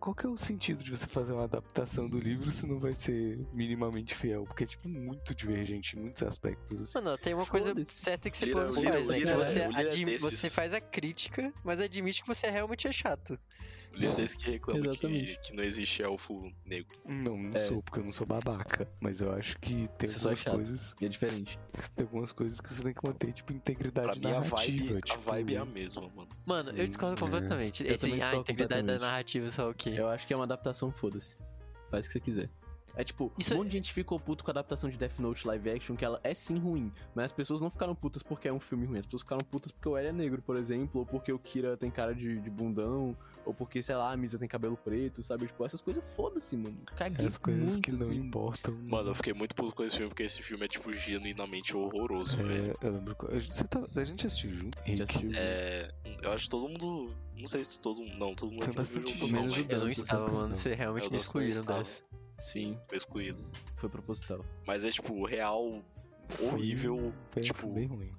S4: qual que é o sentido de você fazer uma adaptação do livro se não vai ser minimamente fiel? Porque é, tipo, muito divergente em muitos aspectos. assim.
S3: Mano, tem uma coisa
S1: Foda-se.
S3: certa que você
S2: Lira-
S3: faz,
S2: Lira-
S3: né? que
S2: Lira-
S3: você,
S2: Lira é
S3: admi-
S2: desses.
S3: você faz a crítica, mas admite que você realmente é chato.
S2: O Lia é desse que reclama que,
S1: Exatamente.
S2: que não existe elfo negro.
S4: Não, não
S1: É.
S4: sou, porque eu não sou babaca. Mas eu acho que tem
S1: Você só é
S4: algumas
S1: chato.
S4: coisas.
S1: É diferente.
S4: Tem algumas coisas que você tem que manter, tipo,
S2: Pra
S4: integridade
S2: mim, a
S4: narrativa.
S2: vibe, a
S4: tipo,
S2: vibe é a mesma, mano.
S3: Mano, eu discordo
S4: Hum,
S3: completamente.
S1: Eu
S3: Assim,
S1: também
S3: a
S1: discordo
S3: integridade da
S1: completamente.
S3: narrativa, só o quê?
S1: Eu acho que é uma adaptação, foda-se. Faz o que você quiser. É tipo,
S3: Isso
S1: um
S3: é-
S1: monte de gente ficou puto com a adaptação de Death Note live action, que ela é sim ruim, mas as pessoas não ficaram putas porque é um filme ruim, as pessoas ficaram putas porque o L é negro, por exemplo, ou porque o Kira tem cara de, de bundão, ou porque, sei lá, a Misa tem cabelo preto, sabe? Tipo, essas coisas, foda-se, mano. Caguei
S4: As coisas
S1: muito,
S4: que não
S1: assim.
S4: importam.
S2: Mano, eu fiquei muito puto com esse filme, porque esse filme é, tipo, genuinamente horroroso, velho.
S4: É, eu lembro. que- a gente- Você tá, a gente assistiu junto?
S1: Já
S4: Henrique?
S1: assistiu?
S2: É. Eu acho que todo mundo. Não sei se todo mundo. Não, todo mundo
S4: Foi
S2: aqui viu
S4: bastante
S2: junto, não,
S1: menos
S2: mas.
S1: o
S3: Eu não
S1: Dantas,
S3: estava,
S4: Dantas
S3: mano.
S4: não.
S3: Você realmente
S2: Eu
S3: me
S2: não sei,
S3: excluíram
S2: estava.
S3: dessa.
S2: Sim, foi excluído.
S1: Foi proposital.
S2: Mas é, tipo, real,
S4: Foi
S2: horrível,
S4: bem-
S2: tipo-
S4: bem ruim.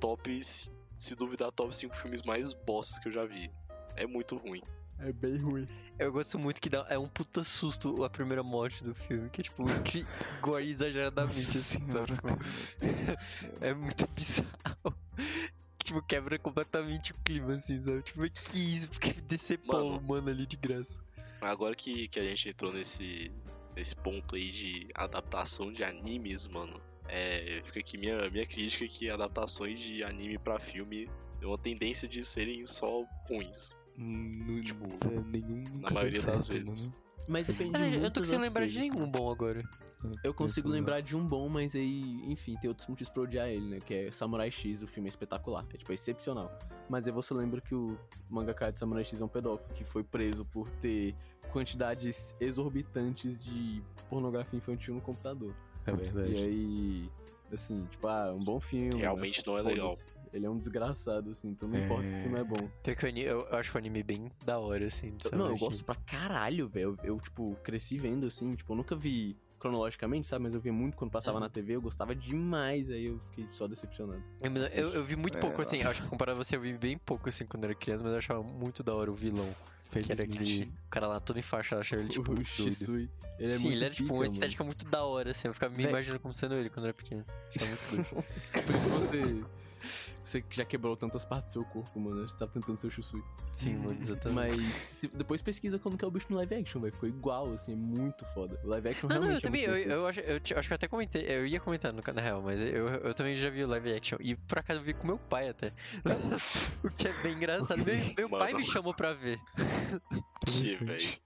S2: top. Se duvidar, top 5 filmes mais bosses que eu já vi. É muito ruim.
S1: É bem ruim.
S3: Eu gosto muito que dá, é um puta susto a primeira morte do filme, que é tipo, cri- gore exageradamente.
S4: Nossa
S3: assim, sabe?
S4: senhora,
S3: Tipo,
S4: cara. Meu Deus do céu.
S3: É muito bizarro. tipo, quebra completamente o clima, assim, sabe? Tipo, que isso? Porque decepou
S2: Mano.
S3: o humano ali de graça.
S2: Agora que, que a gente entrou nesse, nesse ponto aí de adaptação de animes, mano, é, fica aqui minha, minha crítica que adaptações de anime pra filme tem uma tendência de serem só ruins.
S4: Não,
S2: Tipo,
S4: é, nenhum né? nunca deu
S2: maioria das
S4: certo,
S2: vezes.
S4: mano.
S1: Mas depende
S3: Mas É, eu
S1: muito
S3: não tô conseguindo
S1: das
S3: lembrar de
S1: coisas.
S3: nenhum bom agora.
S1: Eu consigo
S4: Tipo,
S1: lembrar de um bom, mas aí, enfim, tem outros motivos pra odiar ele, né? Que é Samurai X, o filme é espetacular, é tipo, é excepcional. Mas aí você lembra que o mangaka de Samurai X é um pedófilo, que foi preso por ter quantidades exorbitantes de pornografia infantil no computador.
S4: É verdade.
S1: E aí, assim, tipo, ah, um bom filme.
S2: Realmente
S1: mas
S2: não é legal.
S1: foda-se. Ele é um desgraçado, assim, então não importa que o filme é bom.
S3: Pior que o ani- eu, eu acho o anime bem da hora, assim. de
S1: Eu- não, eu
S3: Samurai X.
S1: gosto pra caralho, velho. Eu, tipo, cresci vendo, assim, tipo, eu nunca vi cronologicamente, sabe? Mas eu via muito quando passava
S3: Uhum.
S1: na TV, eu gostava demais, aí eu fiquei só decepcionado.
S3: Eu, me- eu- eu vi muito
S4: É,
S3: pouco, assim. eu
S4: nossa.
S3: Acho que comparado a você, eu vi bem pouco, assim, quando eu era criança, mas eu achava muito da hora o vilão. Que era aquele
S4: Felizmente.
S3: cara lá todo em faixa, eu achava ele, tipo,
S1: o
S3: muito doido.
S1: Shisui, ele é
S3: Sim,
S1: muito
S3: ele era, tipo,
S1: pica,
S3: uma
S1: mano.
S3: estética muito da hora, assim. Eu ficava me
S1: Véi.
S3: imaginando como sendo ele quando eu era pequeno. Achava tá muito doido.
S1: Por isso que você, você que já quebrou tantas partes do seu corpo, mano. Você tava tentando ser o Shisui.
S3: Sim, mano, exatamente.
S1: Mas se- depois pesquisa como que é o bicho no live action, velho. Ficou igual, assim, é muito foda. O live action
S3: Ah, Não, não,
S1: realmente
S3: eu
S1: é
S3: também, eu,
S1: muito bem feito.
S3: eu, acho, eu, te- acho que eu até comentei, eu ia comentar no canal, mas eu, eu também já vi o live action, e por acaso eu vi com meu pai até, o que é bem engraçado, meu, meu
S2: Mano.
S3: pai me chamou pra ver.
S2: Que,
S4: Interessante.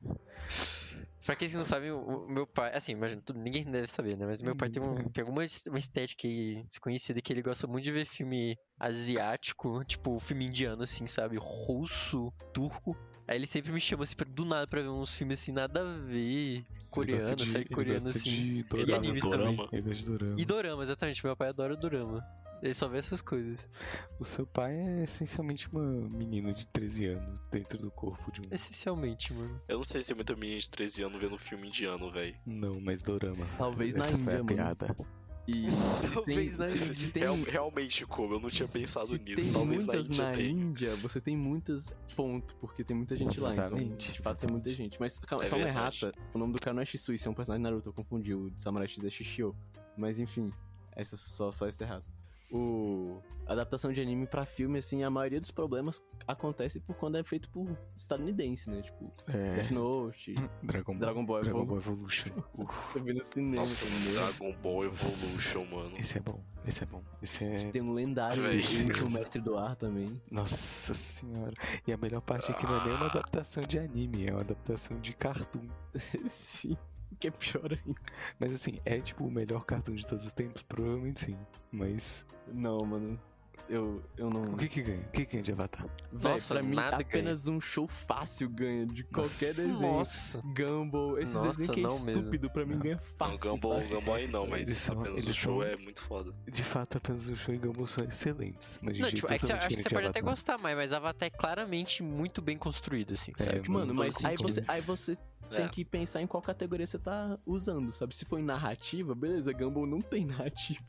S3: Pra quem não sabe, o, o meu pai, assim, imagina, tu- ninguém deve saber, né, mas meu pai tem,
S4: Uhum.
S3: um, tem alguma es- uma estética aí desconhecida que ele gosta muito de ver filme asiático, tipo filme indiano, assim, sabe, russo, turco. Aí ele sempre me chama assim, pra- do nada pra ver uns filmes assim, nada a ver, coreano,
S4: de-
S3: série
S4: ele
S3: coreana,
S4: gosta
S3: assim.
S4: De dorama,
S3: anime
S4: também.
S2: também.
S4: Ele gosta de dorama.
S3: E dorama, exatamente. Meu pai adora dorama. Ele só vê essas coisas.
S4: O seu pai é essencialmente uma menina de 13 anos dentro do corpo de um.
S3: Essencialmente, mano.
S2: Eu não sei se é tem muita menina de 13 anos vendo filme indiano, velho.
S4: Não, mas dorama.
S1: Talvez na
S4: Essa foi
S1: Índia,
S4: a
S1: mano.
S4: piada.
S1: E
S3: Talvez né? É um na
S1: se-
S3: Índia.
S1: se tem-
S2: Real- realmente, como? Eu não tinha
S1: Se
S2: pensado nisso.
S1: Tem
S2: Talvez na
S1: muitas
S2: Índia tenha.
S1: Índia, você tem muitas ponto, porque tem muita gente lá, então.
S4: Exatamente,
S1: De fato, tem muita gente. Mas calma,
S2: É
S1: só uma
S2: verdade.
S1: errata. O nome do cara não é Shisui, isso é um personagem de Naruto, eu confundi. O de Samurai X é Shishio. Mas enfim, essa só, só essa errata. O a adaptação de anime pra filme, assim, a maioria dos problemas acontece por quando é feito por estadunidense, né? Tipo, Death
S4: É.
S1: Note,
S4: Dragon,
S1: Dragon Ball é
S4: Dragon
S1: Evolution.
S4: Ball Evolution. Uf,
S1: Eu vi no cinema.
S2: Nossa, é.
S1: entendeu?
S2: Dragon Ball Evolution, mano.
S4: esse é bom. Esse é bom. Esse é.
S1: Tem um lendário
S2: Véi.
S1: do é Mestre do Ar também.
S4: Nossa senhora. E a melhor parte é que não é nem uma adaptação de anime, é uma adaptação de cartoon.
S1: Sim, que é pior ainda.
S4: Mas assim, é tipo o melhor cartoon de todos os tempos? Provavelmente sim. Mas
S1: Não, mano. Eu, eu não.
S4: o que que ganha? O que que ganha de Avatar?
S1: Véi,
S3: Nossa,
S1: pra mim,
S3: nada ganha.
S1: apenas um show fácil ganha de qualquer
S4: Nossa.
S1: desenho.
S3: Nossa.
S1: Gumball, esses
S3: Nossa,
S1: desenhos que é
S3: não mesmo.
S1: estúpido, pra mim
S4: Não.
S1: ganha
S2: Não,
S1: fácil.
S2: Gumball,
S1: fácil,
S2: Gumball aí
S1: fácil,
S2: não,
S1: fácil.
S2: mas
S4: Eles são-
S2: apenas o
S4: eles
S2: show
S4: são-
S2: é muito foda.
S4: De fato, apenas o show e Gumball são excelentes. Mas de
S3: Não,
S4: jeito
S3: tipo, é que você,
S4: totalmente
S3: acho que você pode
S4: diferente de
S3: até
S4: Avatar.
S3: gostar mais, mas Avatar é claramente muito bem construído, assim,
S4: É,
S3: sabe?
S1: Mano, mas
S4: Sim,
S1: aí você,
S4: eles-
S1: aí você tem
S2: É.
S1: que pensar em qual categoria você tá usando, sabe? Se for em narrativa, beleza, Gumball não tem narrativa.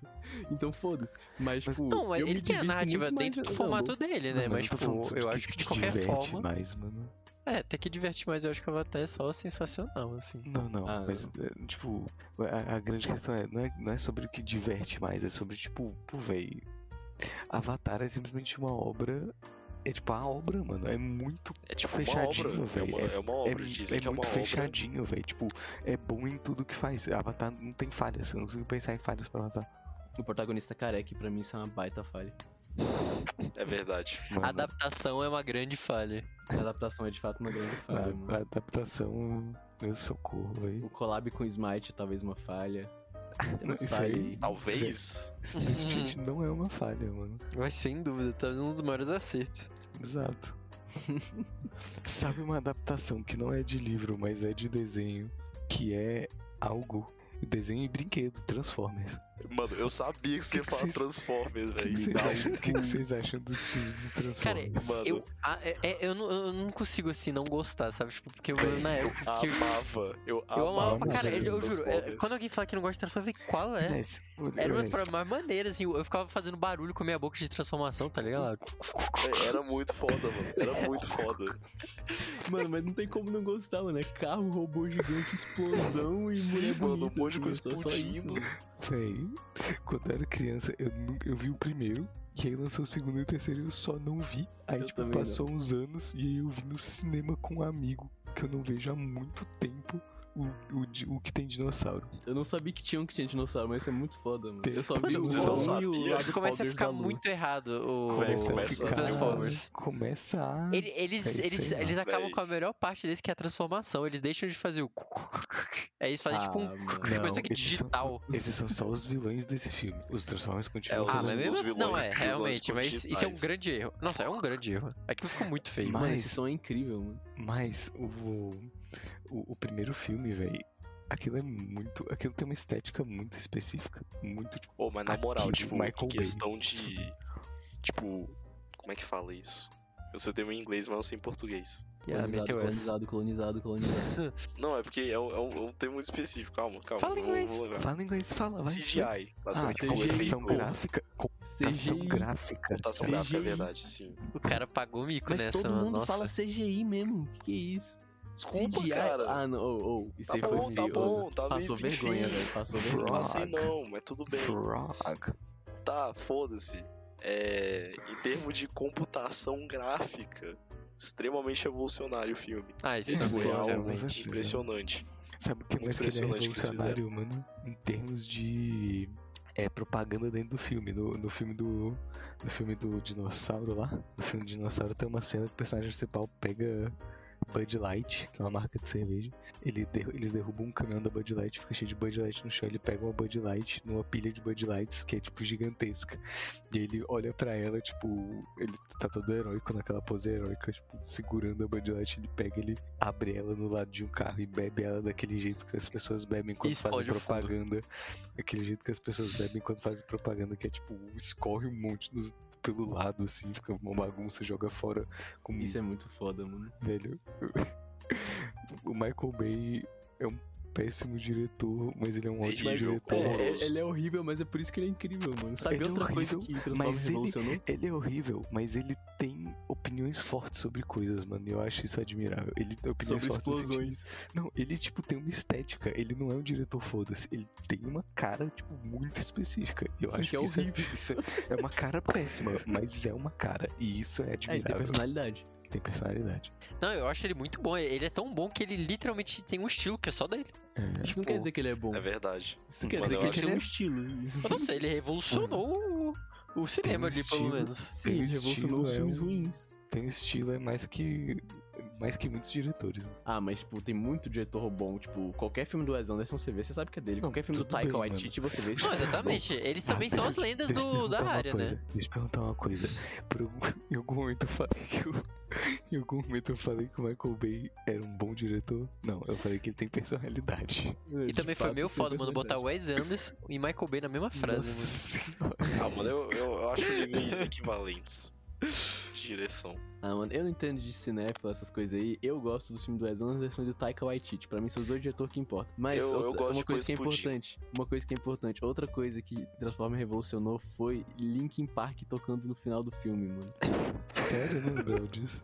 S1: Então foda-se. Mas,
S4: Mas-
S1: tipo.
S3: Não,
S1: eu me
S3: Então, ele tem a
S1: divirto
S3: narrativa
S1: muito mais
S3: dentro do
S1: vendo
S3: formato
S1: Gumball.
S3: dele,
S4: Não,
S3: né?
S4: mano,
S3: mas,
S4: eu tô
S3: tipo,
S4: falando sobre
S3: eu
S4: o
S3: acho que de
S4: te
S3: qualquer
S4: diverte
S3: forma.
S4: mais, mano.
S3: É, até que diverte mais, eu acho que Avatar é só sensacional, assim.
S4: Não, não,
S1: Ah,
S4: mas, é, tipo, a, a grande questão é não, é, não é sobre o que diverte mais, é sobre, tipo, pô, véi. Avatar é simplesmente uma obra. É tipo a obra, mano. É muito.
S2: É tipo uma obra.
S4: Fechadinho,
S2: É
S4: véi,
S2: uma, é uma
S4: É,
S2: obra. Dizem
S4: é
S2: que é uma
S4: muito
S2: obra.
S4: fechadinho, velho. Tipo, é bom em tudo que faz. Avatar não tem falhas. Eu não consigo pensar em falhas pra Avatar.
S1: O protagonista careca, e pra mim, isso é uma baita falha.
S2: É verdade.
S4: Mano,
S3: A adaptação é uma grande falha.
S1: A adaptação é de fato uma grande
S4: a-
S1: falha,
S4: a
S1: mano.
S4: Ah, adaptação Meu socorro, velho.
S1: O collab com Smite, talvez uma falha.
S4: Não, isso
S1: Sai-
S4: aí-
S2: Talvez.
S4: Gente, não é uma falha, mano.
S3: Mas sem dúvida, talvez um dos maiores acertos.
S4: Exato. Sabe uma adaptação que não é de livro, mas é de desenho, que é algo. Desenho e brinquedo, Transformers.
S2: Mano, eu sabia que você ia
S4: Que que
S2: falar
S4: vocês-
S2: Transformers,
S4: O que
S2: velho.
S4: que
S2: Dá um
S4: vocês acham- o que que vocês acham dos filmes dos Transformers?
S2: Mano,
S3: Eu, ah, é- é- eu, não, eu não consigo, assim, não gostar, sabe? Tipo, porque eu na época. que eu,
S2: amava. Eu
S3: eu amava pra
S4: os
S3: caralho.
S2: filmes
S3: Eu juro, é,
S2: Transformers.
S3: quando alguém fala que não gosta de Transformers, eu falei, qual é?
S4: Mas, o-
S3: Era uma das
S4: mas-
S3: paradas mais maneiras, assim. Eu eu ficava fazendo barulho com a minha boca de transformação, tá ligado?
S2: Véi, É, Era muito foda, mano. Era muito foda.
S1: Mano, mas não tem como não gostar, mano. É carro, robô gigante, explosão e
S2: Sim,
S1: mulher
S2: mano, um
S1: bonita,
S2: monte de
S1: assim,
S2: coisa
S1: é só isso.
S2: explodindo.
S1: mano.
S4: Véi, quando eu era criança, eu, nu- eu vi o primeiro, e aí lançou o segundo e o terceiro e eu só não vi. Aí,
S1: Eu
S4: tipo,
S1: também não.
S4: passou uns anos e aí eu vi no cinema com um amigo que eu não vejo há muito tempo o, o, di- o que tem dinossauro.
S1: Eu não sabia que tinha um que tinha dinossauro, mas isso é muito foda, mano. Eu só vi
S4: Mano,
S1: o
S4: você
S2: não
S1: Sol e o
S2: sabia?
S1: lado
S3: Começa a
S1: power
S3: ficar
S1: da lua.
S3: muito errado o,
S4: é
S2: Véi,
S3: o
S2: começa a ficar-
S3: Transformers.
S4: Começa a.
S3: Ele- eles,
S4: Véi,
S3: eles,
S4: sei lá,
S3: eles acabam
S2: véi.
S3: com a melhor parte deles, que é a transformação. Eles deixam de fazer o. Aí eles fazem tipo um.
S1: Ah, mano.
S3: Tipo, isso aqui
S4: esses são-
S3: digital.
S4: Esses são só os vilões desse filme. Os Transformers
S2: É,
S4: continuam
S2: os-
S3: Ah,
S4: fazendo
S3: mas
S2: os
S3: mesmo assim, não,
S2: vilões-
S3: é,
S2: os vilões
S3: realmente, mas isso é um
S2: digitais.
S3: grande erro. Nossa, é um grande erro. Aquilo ficou muito feio.
S4: Mas-
S1: Mano, esse som é incrível, mano.
S4: Mas o, o, o primeiro filme, velho, aquilo é muito. Aquilo tem uma estética muito específica. Muito tipo.
S2: Pô, mas na
S4: Aqui,
S2: moral, tipo,
S4: Michael
S2: em
S4: Bay.
S2: questão de. Tipo, como é que fala isso? Eu sei o termo em inglês, mas não sei em português.
S3: Ah,
S1: Colonizado,
S3: meteu essa. Tá
S1: colonizado, colonizado, colonizado.
S2: Não, é porque é um, é um- é um termo específico. Calma, calma.
S3: Fala em
S2: eu vou-
S3: inglês.
S2: vou lembrar.
S4: Fala em inglês, fala, vai.
S2: CGI.
S4: Ah,
S2: basicamente,
S1: CGI,
S2: como tipo, efeito-
S4: computação gráfica. Computação
S1: CGI.
S4: gráfica.
S2: Computação gráfica, é
S1: CGI.
S2: verdade, sim.
S3: O cara pagou mico
S1: Mas
S3: nessa,
S1: todo
S3: mano.
S1: mundo
S3: Nossa.
S1: fala CGI mesmo. Que que é isso?
S2: Desculpa,
S1: CGI?
S2: cara.
S1: Ah, não. Oh, oh. Isso
S2: Tá
S1: aí foi
S2: bom, tá
S1: feio.
S2: bom, tá
S1: Passou
S2: bem, enfim.
S1: vergonha,
S4: né?
S1: velho. Passou
S2: Não
S1: vergonha.
S4: Frog.
S2: passei não, mas tudo bem.
S4: Frog.
S2: Tá, foda-se. É, em termos de computação gráfica, extremamente revolucionário o filme.
S3: Ah, isso
S2: Tipo,
S3: não
S1: Sim,
S3: é
S2: é
S1: sim,
S2: algo
S4: com
S3: realmente.
S4: certeza.
S2: impressionante.
S4: Sabe o que
S2: Muito
S4: mais que ele é
S2: impressionante o que eles
S4: revolucionário, mano? Em termos de é, propaganda dentro do filme. No, no filme do. No filme do dinossauro lá. No filme do dinossauro tem uma cena que o personagem principal pega Bud Light, que é uma marca de cerveja. Ele der- eles derrubam um caminhão da Bud Light, fica cheio de Bud Light no chão. Ele pega uma Bud Light numa pilha de Bud Lights que é tipo gigantesca. E ele olha pra ela, tipo, ele tá todo heróico naquela pose heróica, tipo, segurando a Bud Light. Ele pega, ele abre ela no lado de um carro e bebe ela daquele jeito que as pessoas bebem quando
S3: E
S4: fazem
S3: explode o fundo.
S4: propaganda. Aquele jeito que as pessoas bebem quando fazem propaganda, que é tipo, escorre um monte nos- pelo lado, assim, fica uma bagunça, joga fora com
S1: Isso é muito foda, mano.
S4: Velho, o Michael Bay é um péssimo diretor, mas ele é um
S2: Ele
S4: ótimo
S2: é
S4: diretor.
S2: horroroso.
S1: É, ele é horrível, mas é por isso que ele é incrível, mano. Sabe
S4: Ele é
S1: outra coisa
S4: horrível,
S1: que Transformers
S4: mas ele-
S1: revolucionou?
S4: Ele é horrível, mas ele tem opiniões fortes sobre coisas, mano. e Eu acho isso admirável. Ele tem opiniões
S1: Sobre
S4: fortes no sentido-
S1: explosões.
S4: Não, ele tipo tem uma estética. Ele não é um diretor foda-se. Ele tem uma cara tipo muito específica. e Eu
S1: Sim,
S4: acho
S1: que é
S4: isso
S1: horrível.
S4: isso é, é uma cara péssima, mas é uma cara e isso é
S1: É, ele tem
S4: admirável.
S1: personalidade.
S4: tem personalidade.
S3: Não, eu acho ele muito bom. Ele é tão bom que ele literalmente tem um estilo que é só dele.
S1: Isso não
S3: Tipo,
S1: quer dizer que ele é bom.
S2: É verdade.
S1: Isso quer
S2: Mas
S1: dizer
S2: eu
S1: que ele
S2: acho
S1: tem
S4: que
S1: um
S4: ele-
S1: estilo. Isso-
S3: Eu não sei, ele revolucionou o, o cinema ali, pelo
S4: estilo.
S3: menos.
S1: Sim, ele
S4: estilo
S1: revolucionou os
S4: é
S1: filmes
S4: um-
S1: ruins.
S4: Tem estilo é mais que mais que muitos diretores. mano.
S1: Ah, mas, tipo, tem muito diretor bom. Tipo, qualquer filme do Wes Anderson você vê, você sabe que é dele.
S4: Não,
S1: qualquer filme do
S4: tudo
S1: Taika
S4: bem,
S1: Waititi você vê, você
S3: Não,
S1: sabe que é bom.
S3: exatamente. Eles também
S4: Ah,
S3: são as
S4: deixa eu-
S3: lendas
S4: deixa eu
S3: do,
S4: perguntar
S3: da
S4: uma
S3: área, né?
S4: coisa, Deixa eu perguntar uma coisa. Por algum- em algum momento eu falei que eu, em algum momento eu falei que o Michael Bay era um bom diretor. Não, eu falei que ele tem personalidade.
S3: E também foi meio foda, mano, botar Wes Anderson e Michael Bay na mesma frase.
S4: Nossa
S3: mano.
S4: senhora.
S2: Ah, mano, eu, eu, eu acho níveis equivalentes de direção.
S1: Ah, mano, eu não entendo de cinéfilo, essas coisas aí. Eu gosto dos filmes do Wes Anderson e do Taika Waititi. Pra mim são os dois diretores que importam. Mas
S2: Eu- eu
S1: outra-
S2: gosto
S1: uma
S2: de
S1: coisa que é
S2: coisa explodindo.
S1: importante. Uma coisa que é importante. Outra coisa que Transformers revolucionou foi Linkin Park tocando no final do filme, mano.
S4: Sério, eu não lembrava disso.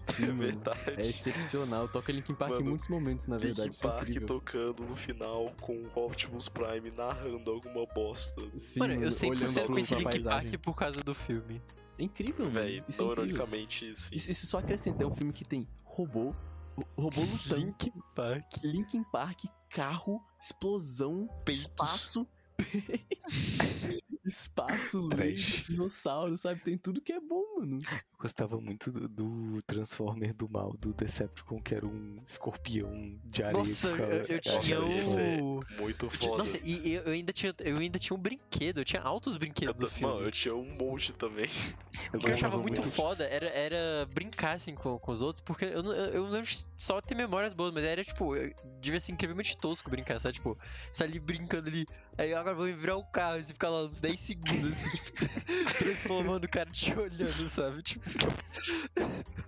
S1: Sim,
S2: é
S1: mano. É
S2: verdade.
S1: excepcional. Toca Linkin Park em
S2: Mano,
S1: muitos momentos, na
S2: Linkin
S1: verdade. Isso é
S2: Park
S1: incrível.
S2: tocando no final com o Optimus Prime narrando alguma bosta.
S1: Sim,
S3: Mano, eu
S1: olhando
S3: 100%
S1: pro-
S3: conheci
S1: pra
S3: Link Park
S1: paisagem.
S3: por causa do filme.
S1: É incrível,
S2: Véi,
S1: velho. Isso é
S2: não
S1: incrível.
S2: ironicamente, sim.
S1: Isso, isso só acrescenta. É um filme que tem robô, o- robô lutando,
S3: Link Park.
S1: Linkin Park, carro, explosão,
S3: Peitos.
S1: espaço. Espaço,
S4: Trash.
S1: leite, dinossauro, sabe? Tem tudo que é bom, mano.
S4: Eu gostava muito do, do Transformer do mal, do Decepticon, que era um escorpião de
S3: É,
S4: areia. que
S3: Nossa, eu,
S4: ficava-
S3: eu- eu
S2: Nossa,
S3: tinha um
S2: esse é
S3: o.
S2: Muito
S3: eu tinha-
S2: foda.
S3: Nossa, e eu, eu ainda tinha, eu ainda tinha um brinquedo, eu tinha altos
S2: Eu
S3: brinquedos
S2: tô-
S3: do filme.
S2: mano, eu tinha um monte também.
S3: O que eu
S4: gostava
S3: achava muito
S4: muito.
S3: foda era, era brincar assim com, com os outros, porque eu, não- eu, eu lembro só ter memórias boas, mas era tipo, eu- devia ser incrivelmente tosco brincar, sabe? Tipo, você tá ali brincando ali, aí agora vou virar o carro e você fica lá uns 10 segundos, assim, tipo, transformando o cara te olhando, sabe? Tipo,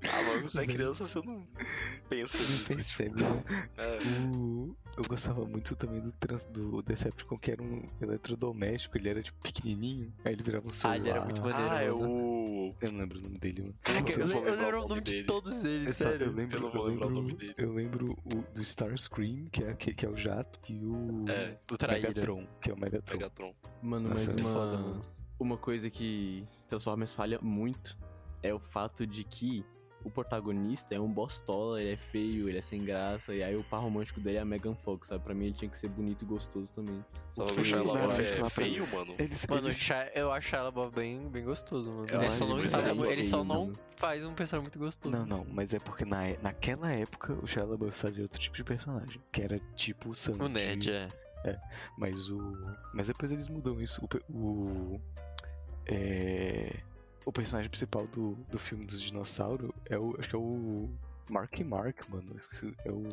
S2: Ah, mano, você é criança, você não pensa
S4: Não
S2: nisso.
S4: percebe, né?
S2: É.
S4: O- Eu gostava muito também do, trans... do Decepticon, que era um eletrodoméstico, ele era tipo pequenininho, aí ele virava um celular.
S3: ah, ele era muito maneiro.
S2: Ah, é
S3: mano.
S2: o.
S4: Eu não lembro o nome dele, mano.
S3: Caraca,
S2: eu
S3: eu,
S2: não
S3: le-
S2: vou
S3: eu
S2: lembrar o
S3: lembro
S2: nome
S3: o nome
S2: dele.
S3: de todos eles,
S4: Eu, só,
S3: É sério.
S4: eu lembro,
S2: eu não vou lembrar
S4: lembro,
S2: o nome dele.
S4: Eu lembro o, do Starscream, que é, aquele, que é o jato, e o
S2: É,
S3: do traíra.
S4: Megatron, que é o Megatron.
S2: Megatron.
S1: Mano,
S4: Nossa,
S1: mas
S4: é
S1: uma,
S3: foda, mano.
S1: uma coisa que Transformers falha muito é o fato de que o protagonista é um bostola, ele é feio, ele é sem graça, e aí o par romântico dele é a Megan Fox, sabe? Pra mim ele tinha que ser bonito e gostoso também.
S2: Só
S4: Eles
S2: pra puxar ela
S4: mudaram
S2: lá,
S4: isso lá
S2: é
S4: pra-
S2: feio, mano.
S4: Eles,
S3: Mano, é eu
S4: eles-
S3: achar- eu acho ela Bob bem, bem gostoso, mano.
S1: Eu
S3: Ele
S1: acho
S3: só, não,
S1: ele
S3: está-
S1: muito
S3: ele só
S1: feio,
S3: não
S1: mano.
S3: faz um personagem muito gostoso.
S4: Não, não, mas é porque na, e- naquela época o Shia LaBeouf fazia outro tipo de personagem, que era tipo o Sandy.
S3: O nerd, é.
S4: Mas o. Mas depois eles mudam isso. O. pe- O, é, o personagem principal do, do filme dos dinossauros é o. Acho que é o. Mark Mark, mano. Eu esqueci- É o.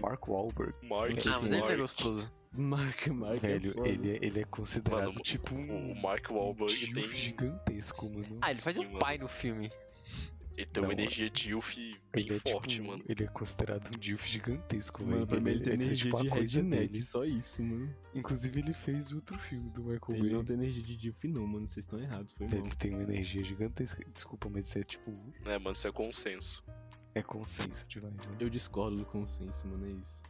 S4: Mark Wahlberg.
S2: Mark,
S1: Não sei
S3: Ah, mas ele é
S2: Mark.
S3: gostoso.
S1: Mark, Mark
S4: velho,
S1: é foda.
S4: ele, é- ele é considerado
S2: Mano,
S4: tipo
S2: O
S4: um.
S2: Mark
S4: um
S2: Wahlberg
S4: DILF
S2: tem,
S4: gigantesco, mano.
S3: Ah, ele faz
S2: Sim,
S3: um
S2: mano.
S3: pai no filme.
S2: ele tem uma
S4: Não, é
S2: energia Dilf bem
S4: Ele é,
S2: forte,
S4: tipo,
S2: mano.
S4: Ele é considerado um DILF gigantesco, velho. é,
S1: Mano, pra mim ele tem energia
S4: tipo,
S1: de redneck,
S4: deles.
S1: só isso, mano.
S4: Inclusive, ele fez outro filme do Michael
S1: Ele
S4: Bay.
S1: não tem energia de Dilf não, mano, vocês estão errados, foi mal.
S4: Ele tem uma energia gigantesca. Desculpa, mas é tipo.
S2: É, mano, isso é consenso.
S4: É consenso demais, né?
S1: Eu discordo do consenso, mano, é isso.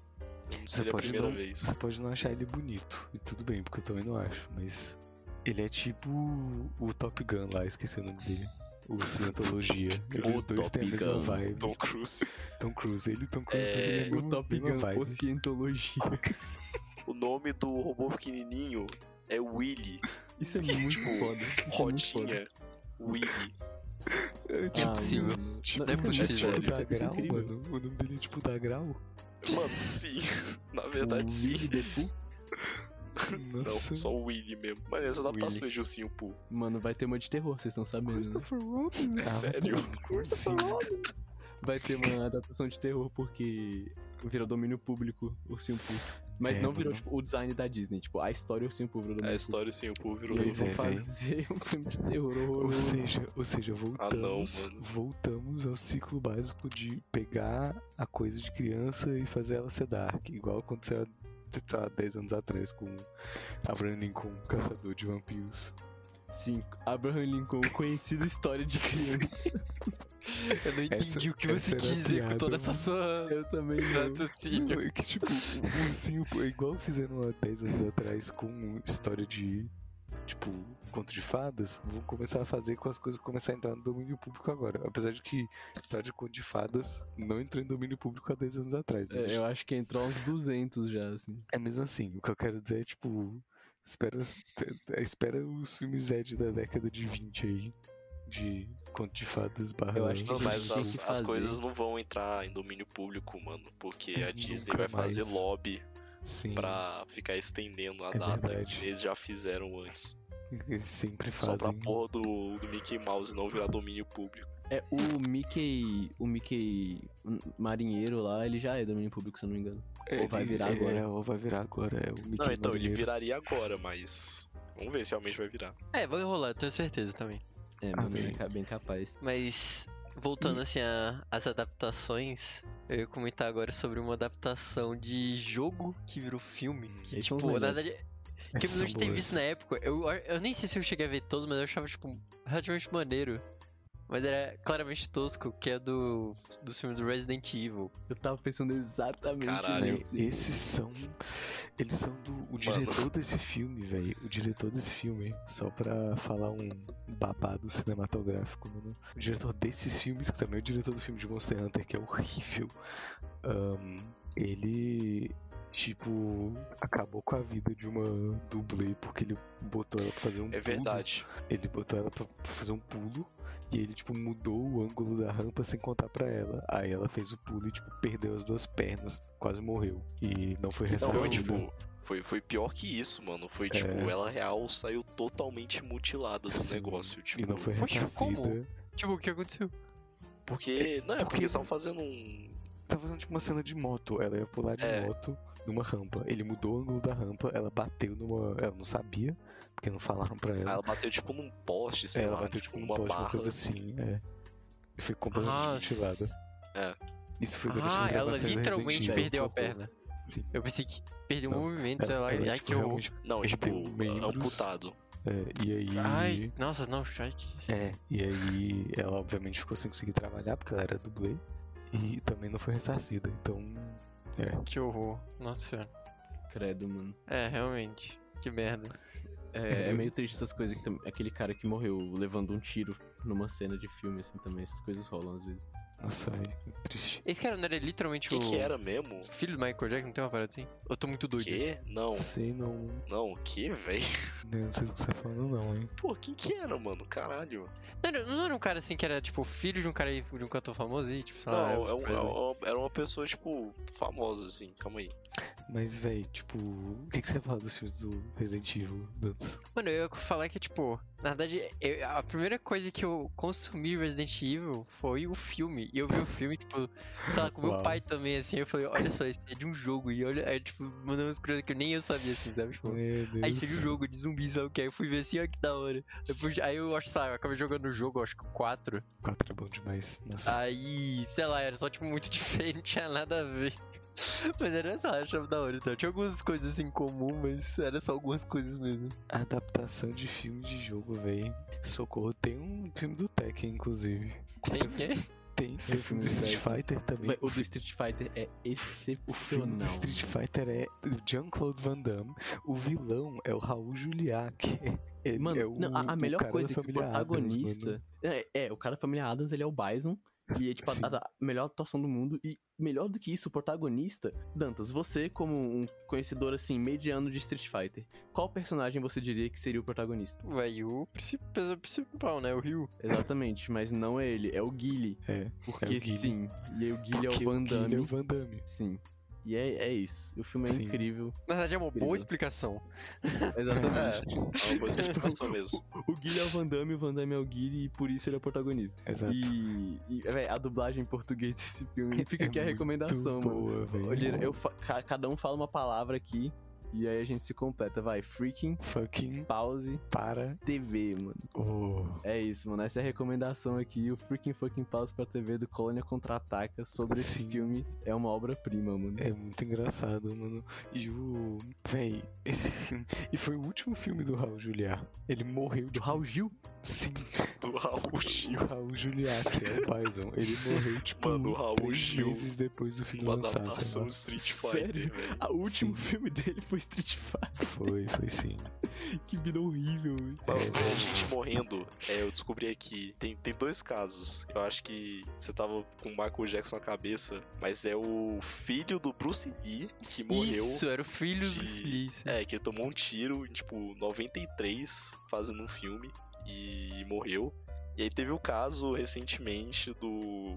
S2: Não seria é a
S4: pode
S2: primeira
S4: não-
S2: vez.
S4: Você pode não achar ele bonito. E tudo bem, porque eu também não acho. Mas. Ele é tipo o Top Gun lá, esqueci o nome dele. O Cientologia. Eles
S1: O
S4: dois têm a
S1: Top
S4: mesma
S1: Gun.
S4: vibe.
S2: Tom Cruise.
S4: Tom Cruise, ele e Tom Cruise
S2: É,
S4: têm a mesma,
S1: O Top
S4: mesma
S1: Gun,
S4: vibe.
S1: o Cientologia.
S2: O nome do robô pequenininho é Willy.
S1: Isso é muito
S2: Tipo,
S1: foda. isso é muito foda.
S2: Rodinha. Willy.
S4: É
S1: Ah,
S4: tipo.
S3: impossível.
S1: mano. Não,
S4: Tipo,
S1: isso
S3: é possível,
S4: tipo
S1: sério,
S4: da
S1: isso é
S4: grau,
S1: incrível.
S4: mano. O nome dele é tipo da grau.
S2: Mano, sim. Na verdade,
S1: O
S2: sim.
S1: Winnie the Pooh?
S4: Nossa.
S2: Não, só o Willy mesmo. Mano, essa adaptação é de Ursinho Poo.
S1: Mano, vai ter uma de terror, vocês estão sabendo, né?
S4: Christopher Robin.
S2: É sério?
S4: Sim.
S1: Vai ter uma adaptação de terror porque virou domínio público o Simpu. Mas
S4: É,
S1: não virou
S4: mano.
S1: tipo, o design da Disney, tipo, a história o Simpu virou
S2: É, A
S1: domínio público.
S2: história do Ursinho Poo virou
S1: E eles
S4: Pois
S1: vão
S4: é, velho.
S1: fazer um filme de terror
S4: Ou
S1: horroroso.
S4: seja, ou seja,
S1: Ah,
S4: voltamos,
S2: mano.
S4: voltamos ao ciclo básico de pegar a coisa de criança e fazer ela ser dark, igual aconteceu há, sei lá, 10 anos atrás com a Brandon com o caçador de vampiros.
S1: Sim, Abraham Lincoln, conhecida história de criança.
S3: Eu não entendi
S4: Essa-
S3: o que você
S4: essa era a
S3: quis dizer com
S4: piada,
S3: toda essa
S4: mano.
S3: sua.
S1: Eu também
S3: esse
S1: não.
S3: raciocínio.
S4: Não, é que tipo, o ursinho é igual fizeram há 10 anos atrás com história de tipo conto de fadas, vão começar a fazer com as coisas começar a entrar no domínio público agora. Apesar de que história de conto de fadas não entrou em domínio público há 10 anos atrás, mas a
S1: É,
S4: gente
S1: eu acho que entrou uns 200 já, assim.
S4: É mesmo assim, o que eu quero dizer é tipo. Espera, espera os filmes Ed da década de 20 aí. De conto de fadas barra.
S1: Eu acho que
S2: Não,
S1: Eles
S2: mas assim,
S1: tinham
S2: as,
S1: que
S2: as
S1: fazer.
S2: coisas não vão entrar em domínio público, mano. Porque a Disney vai
S4: Nunca
S2: fazer
S4: mais.
S2: lobby
S4: Sim,
S2: pra ficar estendendo a
S4: É
S2: data
S4: verdade.
S2: que eles já fizeram antes.
S4: eles sempre
S2: Só
S4: fazem. um
S2: pra porra do, do Mickey Mouse não virar domínio público.
S1: É, o Mickey. O Mickey marinheiro lá, ele já é domínio público, se eu não me engano.
S4: Ele-
S1: vai virar agora.
S4: É, ou vai virar agora. É o Mickey
S2: Não, então, ele
S4: Marinheiro.
S2: viraria agora, mas. Vamos ver se realmente vai virar.
S3: É, vai enrolar, eu tenho certeza também.
S1: É,
S4: Ah,
S1: mano, ele é
S4: velho.
S1: ca- bem capaz.
S3: Mas, voltando assim a- às adaptações, eu ia comentar agora sobre uma adaptação de jogo que virou filme. Que,
S1: Esses são os
S3: tipo, na
S1: melhores.
S3: verdade, que eu
S4: São
S3: lembro de ter
S4: boas.
S2: né,
S3: visto na época. Eu, eu nem sei se eu cheguei a ver todos, mas eu achava, tipo, relativamente maneiro. Mas era claramente tosco, que é do, do filme do Resident Evil.
S1: Eu tava pensando exatamente
S2: Caralho.
S4: Velho,
S1: nisso.
S4: esses são. Eles são do. O diretor desse filme, velho. O diretor desse filme, só pra falar um babado cinematográfico, mano. O diretor desses filmes, que também é o diretor do filme de Monster Hunter, que é horrível. ahn, ele. Tipo, acabou com a vida de uma dublê porque ele botou ela pra fazer
S2: É
S4: um pulo.
S2: verdade.
S4: Ele botou ela pra pra fazer um pulo e ele, tipo, mudou o ângulo da rampa sem contar pra ela. Aí ela fez o pulo e, tipo, perdeu as duas pernas, quase morreu. E não É. foi
S2: Então,
S4: ressarcida.
S2: tipo, foi, foi pior que isso, mano. Foi tipo, ela real saiu totalmente mutilada do
S4: Sim,
S2: negócio. Tipo,
S4: e não foi
S3: Poxa, como?
S4: ressarcida.
S3: Tipo, o que aconteceu?
S2: Porque. Não, é porque
S4: porque-
S2: eles estavam fazendo um.
S4: Tava fazendo tipo uma cena de moto. Ela ia pular de
S2: É.
S4: moto numa rampa. Ele mudou o ângulo da rampa, ela bateu numa. Ela não sabia, porque não falaram pra
S2: ah,
S4: ela.
S2: Ela bateu tipo num poste, sei
S4: É. ela
S2: lá,
S4: bateu
S2: tipo
S4: tipo num
S2: numa
S4: poste, uma
S2: barra.
S4: coisa assim, é. E foi completamente
S3: Ah,
S4: mutilada.
S2: é.
S4: Isso foi durante
S3: Ah,
S4: as
S3: ela
S4: gravações da Resident
S3: literalmente
S4: Evil,
S3: perdeu a
S4: por favor.
S3: perna.
S4: Sim.
S3: Eu pensei que perdeu um
S4: Não,
S3: movimento, sei lá, ai
S4: tipo,
S3: que eu.
S4: realmente-
S2: Não,
S4: Ele
S2: tipo,
S4: tem membros.
S2: amputado.
S4: é, e aí.
S3: Ai, nossa, não, chat.
S4: É, e aí ela obviamente ficou sem conseguir trabalhar, porque ela era dublê. E também não foi ressarcida, então.
S3: Que horror. Nossa senhora.
S1: Credo, mano.
S3: É, realmente. Que merda.
S1: É, é meio triste essas coisas. Que tam... Aquele cara que morreu levando um tiro numa cena de filme, assim, também. Essas coisas rolam às vezes.
S4: Nossa, é triste.
S3: Esse cara não era literalmente
S2: Quem
S4: Tipo,
S3: o.
S2: que era mesmo?
S3: Filho do Michael Jackson, não tem uma parada assim? Eu tô muito doido.
S2: Que? Não,
S4: Sei não.
S2: não, que, velho?
S4: Não sei do que você tá falando, não, hein?
S2: Pô, quem que era, mano? Caralho.
S3: Não, era- não era um cara assim que era, tipo, filho de um cara aí, de um cantor famoso e, tipo, sei
S4: Tá,
S3: lá.
S2: Não, é
S3: era
S2: um- é um- era uma pessoa, tipo, famosa, assim, calma aí.
S4: Mas, véi, tipo, o que, que você vai falar dos filmes do Resident Evil, Dantas?
S3: Mano, eu ia falar que, tipo, na verdade, eu- a primeira coisa que eu consumi Resident Evil foi o filme. E eu vi o filme, tipo, sei lá, com meu
S4: Uau.
S3: pai também, assim. Eu falei, olha só, isso é de um jogo. E olha, aí, tipo, mandou umas coisas que eu nem eu sabia, assim, sabe? Tipo,
S4: Meu Deus.
S3: aí isso é de um jogo de zumbis, sabe o que? Aí eu fui ver assim, olha que da hora. Aí, fui- aí eu acho, sabe, eu acabei jogando o jogo, acho que o 4.
S4: 4 é bom demais. Nossa.
S3: Aí, sei lá, era só, tipo, muito diferente, não tinha nada a ver. Mas era só, eu achava da hora, então. Tinha algumas coisas em comum, mas era só algumas coisas mesmo.
S4: Adaptação de filme de jogo, véi. Socorro. Tem um filme do Tekken, inclusive.
S3: Tem, né?
S4: Tem, tem o filme do Street Fighter também.
S1: Mas o do Street Fighter é
S4: O filme
S1: excepcional.
S4: do Street Fighter é o Jean-Claude Van Damme. O vilão é o Raul Juliá, que é,
S1: Mano,
S4: é o,
S1: não, a, a
S4: o
S1: melhor
S4: cara da
S1: coisa é que o
S4: família Adams, mano.
S1: protagonista. É, é, o cara da família Adams, ele é o Bison. E é tipo a,
S4: Sim.
S1: a- a melhor atuação do mundo. E melhor do que isso, o protagonista. Dantas, você, como um conhecedor assim, mediano de Street Fighter, qual personagem você diria que seria o protagonista?
S3: Vai, o principal, principal, né? O Rio.
S1: Exatamente, mas não é ele, é o Guile.
S4: É,
S1: Porque
S4: é o Guile.
S1: sim. E aí o Guile é o
S4: Porque
S1: Van
S4: Guile
S1: Damme.
S4: é o Van Damme.
S1: Sim. E é, é isso. O filme é
S4: Sim.
S1: incrível.
S3: Na verdade é uma boa
S1: Beleza.
S3: explicação.
S1: Exatamente.
S2: É uma boa explicação mesmo.
S1: O Guile é o Van Damme, o Van Damme é o Guile e por isso ele é o protagonista.
S4: Exato.
S1: E, e, véi, a dublagem em português desse filme fica
S4: É
S1: aqui a
S4: muito
S1: recomendação, mano.
S4: boa, velho.
S1: Olha, eu fa- ca- cada um fala uma palavra aqui e aí a gente se completa. Vai, freaking,
S4: Fucking
S1: pause,
S4: para
S1: TV, mano.
S4: o...
S1: É isso, mano. Essa é a recomendação aqui. O freaking fucking pause pra TV do Colônia Contra-Ataca sobre esse
S4: Sim.
S1: filme é uma obra-prima, mano.
S4: É muito engraçado, mano. E o... Véi, esse filme... E foi o último filme do Raul Juliá. Ele morreu de...
S1: Do Raul Gil?
S4: Sim,
S2: Do Raul
S4: o
S2: Gil.
S4: Raul Juliá, que é o Bison. Ele morreu, tipo,
S2: Mano, o Raul
S4: três
S2: Gil
S4: meses depois do filme
S2: Uma
S4: lançar. sei
S2: adaptação
S4: lá.
S2: de Street
S1: Sério?
S2: Fighter, velho.
S1: Ah, O último
S4: Sim.
S1: filme dele foi Street Fighter,
S4: Foi, foi sim.
S1: que virou horrível, velho.
S2: Mas
S4: É.
S2: é, gente morrendo, é, eu descobri aqui. Tem, tem dois casos. Eu acho que você tava com o Michael Jackson na cabeça, mas é o filho do Bruce Lee que morreu.
S3: Isso, era o filho
S2: de-
S3: do Bruce Lee, isso.
S2: É, que ele tomou um tiro em, tipo, 93, fazendo um filme, e morreu. E aí teve o caso recentemente do.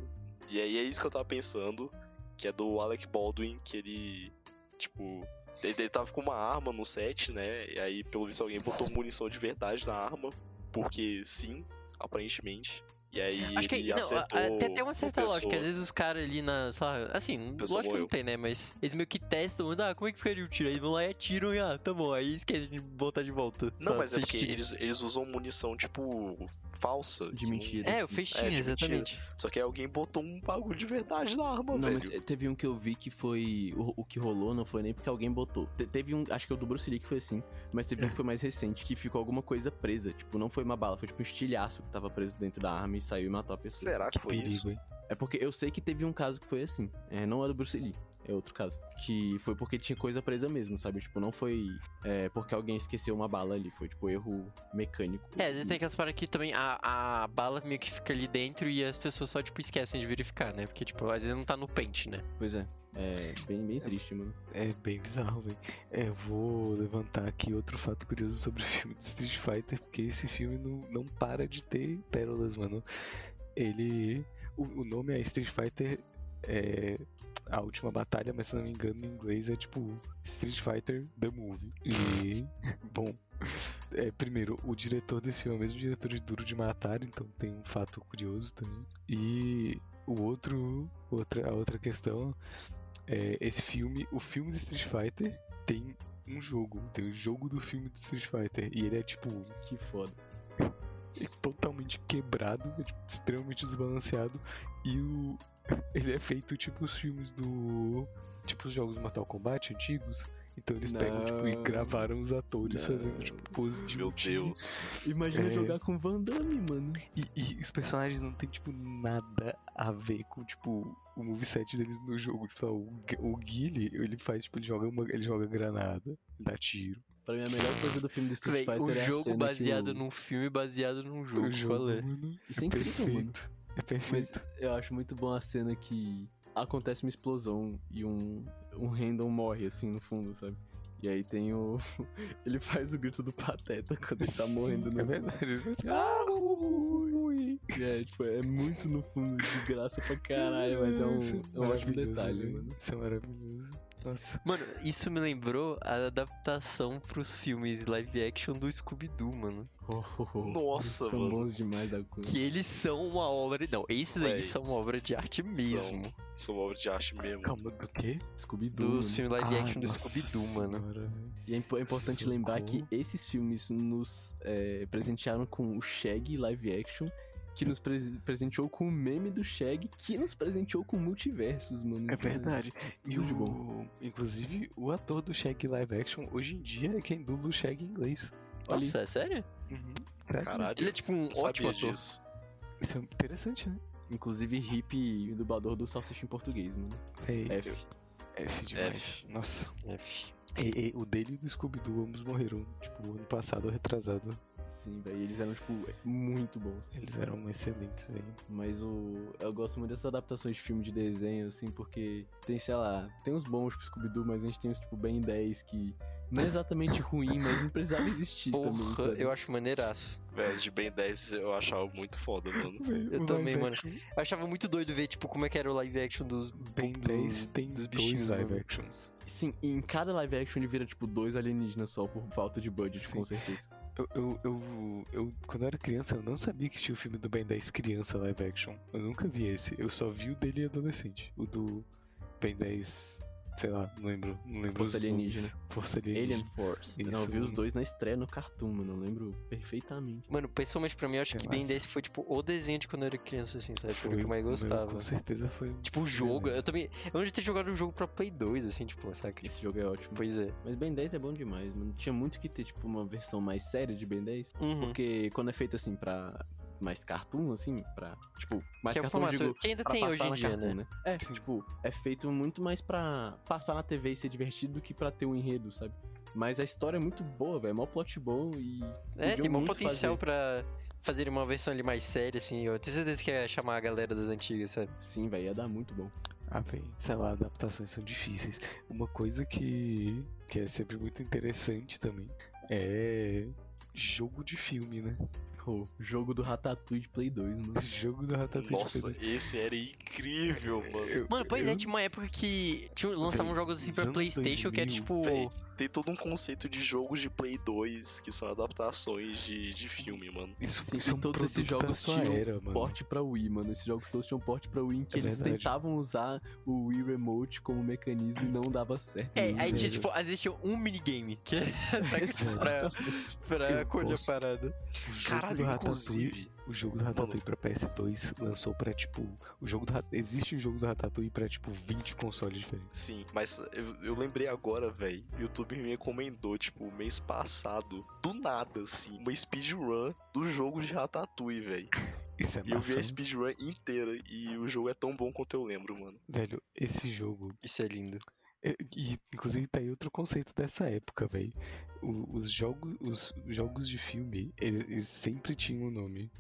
S2: E aí é isso que eu tava pensando, que é do Alec Baldwin, que ele, tipo. Ele, ele tava com uma arma no set, né? E aí, pelo visto, alguém botou munição de verdade na arma, porque sim, aparentemente. E aí
S3: Acho que
S2: ele
S3: não,
S2: acertou.
S3: a- a- tem até uma
S2: a
S3: certa
S2: pessoa.
S3: lógica. Às vezes os caras ali na. sei lá, assim,
S2: pessoa
S3: lógico que
S2: morreu.
S3: não tem, né? Mas eles meio que testam, ah, como é que ficaria o tiro? Aí eles vão lá e atiram e ah, tá bom, aí esquece de botar de volta.
S2: Não,
S3: Tá,
S2: mas é
S3: fez
S2: porque
S3: tiro.
S2: eles, eles usam munição, tipo, falsa.
S1: De
S2: que não-
S1: mentira.
S3: É, o festinho,
S2: É, de
S3: exatamente.
S2: Só que aí alguém botou um bagulho de verdade na arma,
S1: Não,
S2: velho.
S3: é
S1: mas teve um que eu vi que foi. O, o que rolou não foi nem porque alguém botou. Te- teve um. Acho que é o do Bruce Lee que foi assim. Mas teve um que foi mais recente, que ficou alguma coisa presa. Tipo, não foi uma bala, foi tipo um estilhaço que tava preso dentro da arma e saiu e matou a pessoa. assim.
S2: Será que foi isso?
S4: Perigo, hein?
S1: É porque eu sei que teve um caso que foi assim. É, não é do Bruce Lee. é outro caso. Que foi porque tinha coisa presa mesmo, sabe? Tipo, não foi é, porque alguém esqueceu uma bala ali. Foi, tipo, erro mecânico.
S3: É, às vezes tem aquelas paradas que também a, a bala meio que fica ali dentro e as pessoas só, tipo, esquecem de verificar, né? Porque, tipo, às vezes não tá no pente, né?
S1: Pois é. É bem, bem triste, mano.
S4: É bem bizarro, velho. É, eu vou levantar aqui outro fato curioso sobre o filme de Street Fighter, porque esse filme não, não para de ter pérolas, mano. Ele. O, o nome é Street Fighter é, A Última Batalha, mas se não me engano, em inglês é tipo Street Fighter The Movie. E. Bom. É, primeiro, o diretor desse filme é o mesmo diretor de Duro de Matar, então tem um fato curioso também. E o outro, outra, a outra questão é, esse filme, o filme de Street Fighter tem um jogo, tem o jogo do filme de Street Fighter e ele é tipo
S1: Que foda.
S4: é totalmente quebrado, é, tipo, extremamente desbalanceado e o ele é feito tipo os filmes do tipo os jogos Mortal Kombat antigos. Então eles pegam tipo e
S1: Não.
S4: gravaram os atores
S1: Não.
S4: fazendo tipo pose de
S2: Meu
S4: time.
S2: Deus.
S1: Imagina
S4: É.
S1: jogar com Van Damme, mano.
S4: E, e os personagens não tem, tipo, nada a ver com, tipo, o moveset deles no jogo. Tipo, sei lá, o, Gu- o Guile, ele faz, tipo, ele joga, uma, ele joga granada, ele dá tiro.
S1: Pra mim, a melhor coisa do filme do Street
S3: Véi,
S1: Fighter
S3: um
S1: é a
S3: jogo
S1: cena
S3: baseado
S1: que o...
S3: num filme baseado num jogo.
S4: O jogo,
S3: qual é?
S4: mano,
S1: Isso é
S4: é
S1: incrível, mano.
S4: perfeito. É
S1: Mas
S4: perfeito.
S1: eu acho muito bom a cena que acontece uma explosão e um, um random morre, assim, no fundo, sabe? E aí tem o... ele faz o grito do Pateta quando ele tá morrendo
S4: Sim,
S1: no...
S4: É verdade. ele faz-
S1: Ah,
S4: Ui.
S1: É, tipo, é muito no fundo de graça pra caralho, mas é
S4: Isso
S1: um, é um ótimo
S4: maravilhoso,
S1: detalhe,
S4: velho.
S1: mano.
S4: Isso é maravilhoso. Nossa,
S3: Mano, isso me lembrou a adaptação pros filmes live action do Scooby-Doo, mano.
S1: Oh, oh, oh.
S2: Nossa,
S3: é
S1: Eles são
S2: mano.
S1: bons demais da coisa.
S3: Que eles são uma obra. Não, esses aí
S2: Véi.
S3: são uma obra de arte mesmo.
S2: Sou obra de arte mesmo.
S4: calma, do quê?
S1: Scooby-Doo, mano.
S3: Dos filmes live
S1: é
S4: Ah,
S1: um
S3: action do
S4: nossa
S3: Scooby-Doo, mano.
S4: senhora, velho.
S1: E é impo- é importante
S4: Socorro.
S1: lembrar que esses filmes nos é, presentearam com o Shag live action, que nos pres- presenteou com o meme do Shag, que nos presenteou com multiversos, mano.
S4: É
S1: Então,
S4: verdade. E
S1: Tudo de
S4: o, inclusive, o ator do Shag live action hoje em dia é quem dubla o Shag em inglês.
S1: Olha
S3: Nossa, é sério?
S4: Sério?
S2: Caralho.
S3: Ele é tipo
S2: não
S3: um ótimo
S2: sabia
S3: ator.
S2: disso.
S4: Isso é interessante, né?
S1: Inclusive, Hip, dublador do Salsicha em português, mano.
S4: É,
S1: F.
S4: F demais.
S2: F.
S4: Nossa.
S3: F.
S4: E- e o dele e o do Scooby-Doo ambos morreram, tipo, ano passado ou retrasado.
S1: Sim, velho. Eles eram, tipo, muito bons.
S4: Eles eram excelentes, velho.
S1: Mas o. Eu gosto muito dessas adaptações de filme de desenho, assim, porque tem, sei lá, tem uns bons tipo Scooby-Doo, mas a gente tem uns, tipo, Ben 10 que. Não é exatamente ruim, mas não precisava existir também,
S3: Porra,
S1: sabe?
S3: eu acho maneiraço.
S2: Velho, de Ben 10 eu achava muito foda, mano.
S3: Eu também, mano. Eu achava muito doido ver, tipo, como é que era o live action dos.
S4: Ben
S3: do-
S4: 10 tem
S3: dos
S4: dois
S3: bichinhos,
S4: live
S3: mano.
S4: actions.
S1: Sim, e em cada live action ele vira, tipo, dois alienígenas só por falta de budget,
S4: Sim.
S1: com certeza.
S4: Eu, eu, eu, eu- quando eu era criança, eu não sabia que tinha o filme do Ben 10 criança live action. Eu nunca vi esse. Eu só vi o dele adolescente. O do Ben 10, sei lá, não lembro. Não lembro
S1: Força
S4: os nomes.
S1: Alienígena.
S4: Força
S1: Alien
S4: Alienígena.
S1: Force. Eu
S4: Isso.
S1: não vi os dois na estreia no cartoon, mano. Eu lembro perfeitamente.
S3: Mano, pessoalmente pra mim, eu acho
S4: É
S3: que Ben
S4: massa.
S3: 10 foi, tipo, o desenho de quando eu era criança, assim, sabe? Foi o que eu mais
S4: meu,
S3: gostava.
S4: Com certeza foi. um
S3: Tipo, o
S4: filme
S3: jogo,
S4: mesmo.
S3: eu também. Eu não devia ter jogado o jogo pra Play 2, assim, tipo, saca?
S1: Esse jogo é ótimo.
S3: Pois é.
S1: Mas Ben 10 é bom demais, mano. Tinha muito que ter, tipo, uma versão mais séria de Ben 10.
S3: Uhum.
S1: Porque quando é feito assim pra mais cartoon, assim, pra. Tipo, mais
S3: que é
S1: cartoon,
S3: o
S1: eu
S3: formato
S1: digo.
S3: que ainda
S1: pra
S3: tem
S1: passar
S3: hoje em
S1: na
S3: dia,
S1: cartoon,
S3: né?
S1: É,
S4: Sim.
S1: tipo, é feito muito mais pra passar na TV e ser divertido do que pra ter um enredo, sabe? Mas a história é muito boa, velho. É mó plot bom e.
S3: É,
S1: podiam
S3: tem um
S1: muito fazer.
S3: potencial pra fazer uma versão ali mais séria, assim. Eu tenho certeza que ia chamar a galera das antigas, sabe?
S1: Sim, velho, ia dar muito bom.
S3: é-
S4: Ah, bem, sei lá, adaptações são difíceis. Uma coisa que, que é sempre muito interessante também é jogo de filme, né?
S1: O jogo do Ratatouille de Play 2,
S4: É
S1: mano.
S4: Jogo do Ratatouille.
S2: Nossa, esse era incrível, mano.
S4: Eu-
S3: Mano, pois
S4: eu-
S3: é, tinha uma época que tinha, lançavam
S4: Véi,
S3: jogos assim
S4: nos
S3: pra
S4: anos
S3: Playstation que era
S4: 2000,
S3: tipo.
S2: véi. Tem todo um conceito de jogos de Play 2 que são adaptações de, de filme, mano.
S4: Isso,
S1: Sim,
S4: isso é
S1: e
S4: um
S1: todos
S4: produto
S1: esses
S4: da
S1: jogos
S4: sua
S1: tinham
S3: um
S4: era, mano.
S1: Porte pra Wii, mano. Esses jogos todos tinham porte pra Wii em que
S4: É
S1: eles
S4: verdade.
S1: tentavam usar o Wii Remote como mecanismo e não dava certo.
S3: É,
S1: Não
S3: aí
S1: dava
S3: tinha,
S1: certo.
S3: tipo, às vezes tinha um minigame, que era saca, tipo, pra, pra
S4: Eu
S3: colher a
S4: gosto.
S3: parada.
S4: O jogo do
S2: Caralho,
S4: Ratatouille,
S2: inclusive.
S4: o jogo do Ratatouille pra PS2 lançou pra tipo, o jogo do Rat- existe um jogo do Ratatouille pra tipo 20 consoles diferentes.
S2: Sim, mas eu, eu lembrei agora, velho. O YouTube me recomendou, tipo, mês passado, do nada, assim, uma speedrun do jogo de Ratatouille, velho.
S4: Isso é
S2: E eu vi
S4: massa.
S2: a speedrun inteira e o jogo é tão bom quanto eu lembro, mano.
S4: Velho, esse jogo
S3: Isso é lindo.
S4: É, E, inclusive, tá aí outro conceito dessa época, velho. Os jogos, os jogos de filme, eles, eles sempre tinham o nome.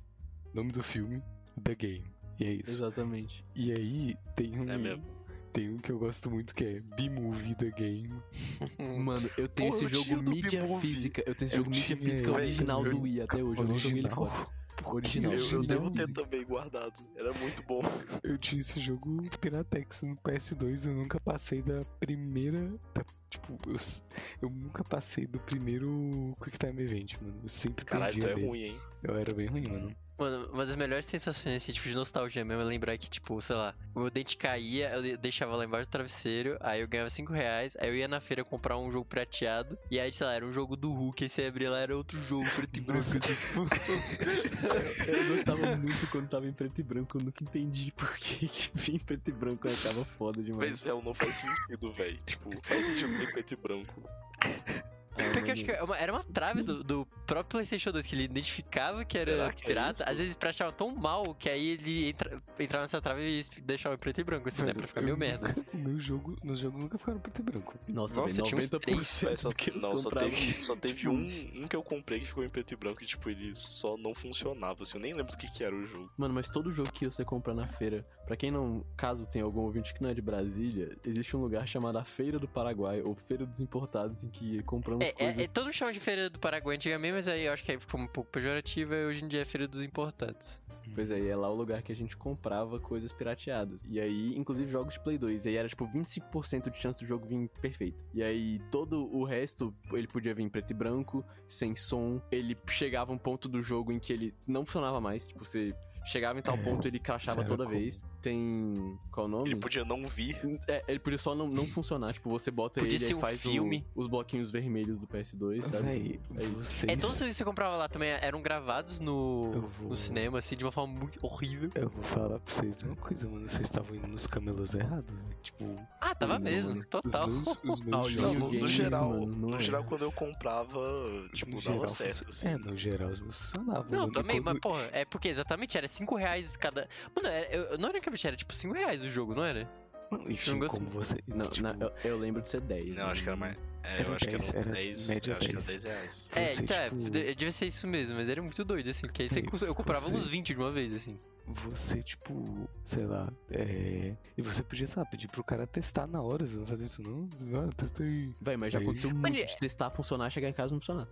S4: Nome do filme, The Game. E é isso.
S1: Exatamente.
S4: E aí, tem um,
S2: É mesmo.
S4: tem um que eu gosto muito que é B-Movie The Game.
S1: Mano, eu tenho
S2: Pô,
S1: esse
S2: eu tinha
S1: jogo
S2: o do
S1: mídia
S2: Bebop.
S1: física. Eu tenho esse
S4: Eu
S1: jogo mídia
S4: tinha,
S1: física
S4: velho,
S1: é original
S4: eu-
S1: do Wii até hoje. Eu não joguei ele fora. Original.
S2: Eu,
S1: Não,
S2: eu
S1: não,
S2: devo
S1: não.
S2: ter também guardado. Era muito bom.
S4: Eu tinha esse jogo Piratex no PS2, eu nunca passei da primeira. da- tipo, eu, s- eu nunca passei do primeiro Quick Time Event, mano. Eu sempre
S2: Caralho, tu
S4: perdia
S2: é
S4: dele.
S2: ruim, hein?
S4: Eu era bem ruim, mano.
S3: Mano, uma das melhores sensações, assim, tipo, de nostalgia mesmo, é lembrar que, tipo, sei lá, o meu dente caía, eu de- deixava lá embaixo do travesseiro, aí eu ganhava 5 reais, aí eu ia na feira comprar um jogo prateado, e aí, sei lá, era um jogo do Hulk, aí você abria lá, era outro jogo preto e branco.
S4: Nossa.
S1: Eu gostava muito quando tava em preto e branco. Eu nunca entendi por que que vinha em preto e branco. Eu achava foda demais.
S2: Mas é, não faz sentido, velho. Tipo, faz sentido ter preto e branco.
S1: Ah,
S3: Porque eu acho que
S1: mano,
S3: é uma- era uma trave do, do próprio PlayStation 2 que ele identificava que era
S2: Será que é
S3: pirata,
S2: isso?
S3: às vezes prateava tão mal que aí ele entra- entrava nessa trave e es- deixava em preto e branco, assim, né,
S4: Velho,
S3: pra ficar
S4: eu
S3: meio
S4: nunca-
S3: merda.
S4: o meu jogo, meus jogos nunca ficaram preto e branco.
S1: Nossa,
S3: Nossa,
S1: velho,
S3: tinha uns
S1: 90%
S2: Véi, só,
S1: do que eles
S2: não, só
S1: compravam.
S2: teve, só teve
S1: Tipo,
S2: um, um que eu comprei que ficou em preto e branco e, tipo, ele só não funcionava, assim. Eu nem lembro do que, que era o jogo.
S1: Mano, mas todo jogo que você compra na feira, pra quem não, caso tenha algum ouvinte que não é de Brasília, existe um lugar chamado a Feira do Paraguai ou Feira dos Importados em que compramos
S3: É, é, é,
S1: coisas.
S3: todo mundo chama de Feira do Paraguai antigamente, mas aí eu acho que aí ficou um pouco pejorativa e hoje em dia é Feira dos Importantes.
S1: Pois é, e é lá o lugar que a gente comprava coisas pirateadas. E aí, inclusive jogos de Play 2, e aí era tipo 25% de chance do jogo vir perfeito. E aí todo o resto, ele podia vir em preto e branco, sem som. Ele chegava um ponto do jogo em que ele não funcionava mais, tipo você chegava em tal
S4: É,
S1: ponto ele crashava
S4: sério,
S1: toda
S4: como?
S1: vez. Tem qual o nome?
S2: Ele podia não vir.
S1: É, ele podia só não, não funcionar. Tipo, você bota
S3: Podia
S1: ele
S3: ser
S1: e
S3: um
S1: faz o-
S3: filme.
S1: os bloquinhos vermelhos do PS2, sabe?
S4: Ah, Véi,
S1: É isso.
S4: vocês.
S3: É, todos os serviços que você comprava lá também eram gravados no,
S4: Eu vou-
S3: no cinema, assim, de uma forma muito horrível.
S4: Eu vou falar pra vocês uma coisa, mano. Vocês estavam indo nos camelôs errados, velho. Tipo,
S3: Ah, tava
S4: os-
S3: mesmo,
S4: os
S3: total.
S4: meus, os meus
S1: Ah, o Não,
S2: Não, no,
S4: jogos.
S1: Games,
S2: no geral,
S1: mano, não
S2: no
S1: é.
S2: geral, quando eu comprava, tipo,
S4: no
S2: dava
S4: geral,
S2: certo,
S4: funcio-
S2: assim.
S4: É, no geral, os meus funcionavam.
S3: Não,
S4: mano, e
S3: também,
S4: quando-
S3: mas porra, é porque exatamente era 5 reais cada. Mano, era, eu, eu- não era que era tipo 5 reais o jogo, não era?
S4: Mano, enfim,
S3: não gosto-
S4: como você.
S1: Não,
S4: tipo,
S1: na- eu, eu lembro de ser né? 10.
S2: Não, acho que era mais. É, eu
S4: Era
S2: acho que
S4: 10,
S2: era
S4: era
S2: 10.
S4: média
S2: eu acho que era 10
S4: 10.
S2: reais.
S3: É,
S4: Você,
S3: então, é,
S4: tipo-
S3: de- devia ser isso mesmo, mas era muito doido, assim, porque aí você,
S4: Ei,
S3: cons- eu comprava
S4: você-
S3: uns 20 de uma vez, assim.
S4: Você, tipo, sei lá, é. E você podia, sei lá, pedir pro cara testar na hora, você não fazia isso não? Ah, testei.
S1: Vai, mas já
S4: Aí-
S1: aconteceu
S3: Mas
S1: muito
S3: ele-
S1: de testar, funcionar, chegar em casa e não funcionar.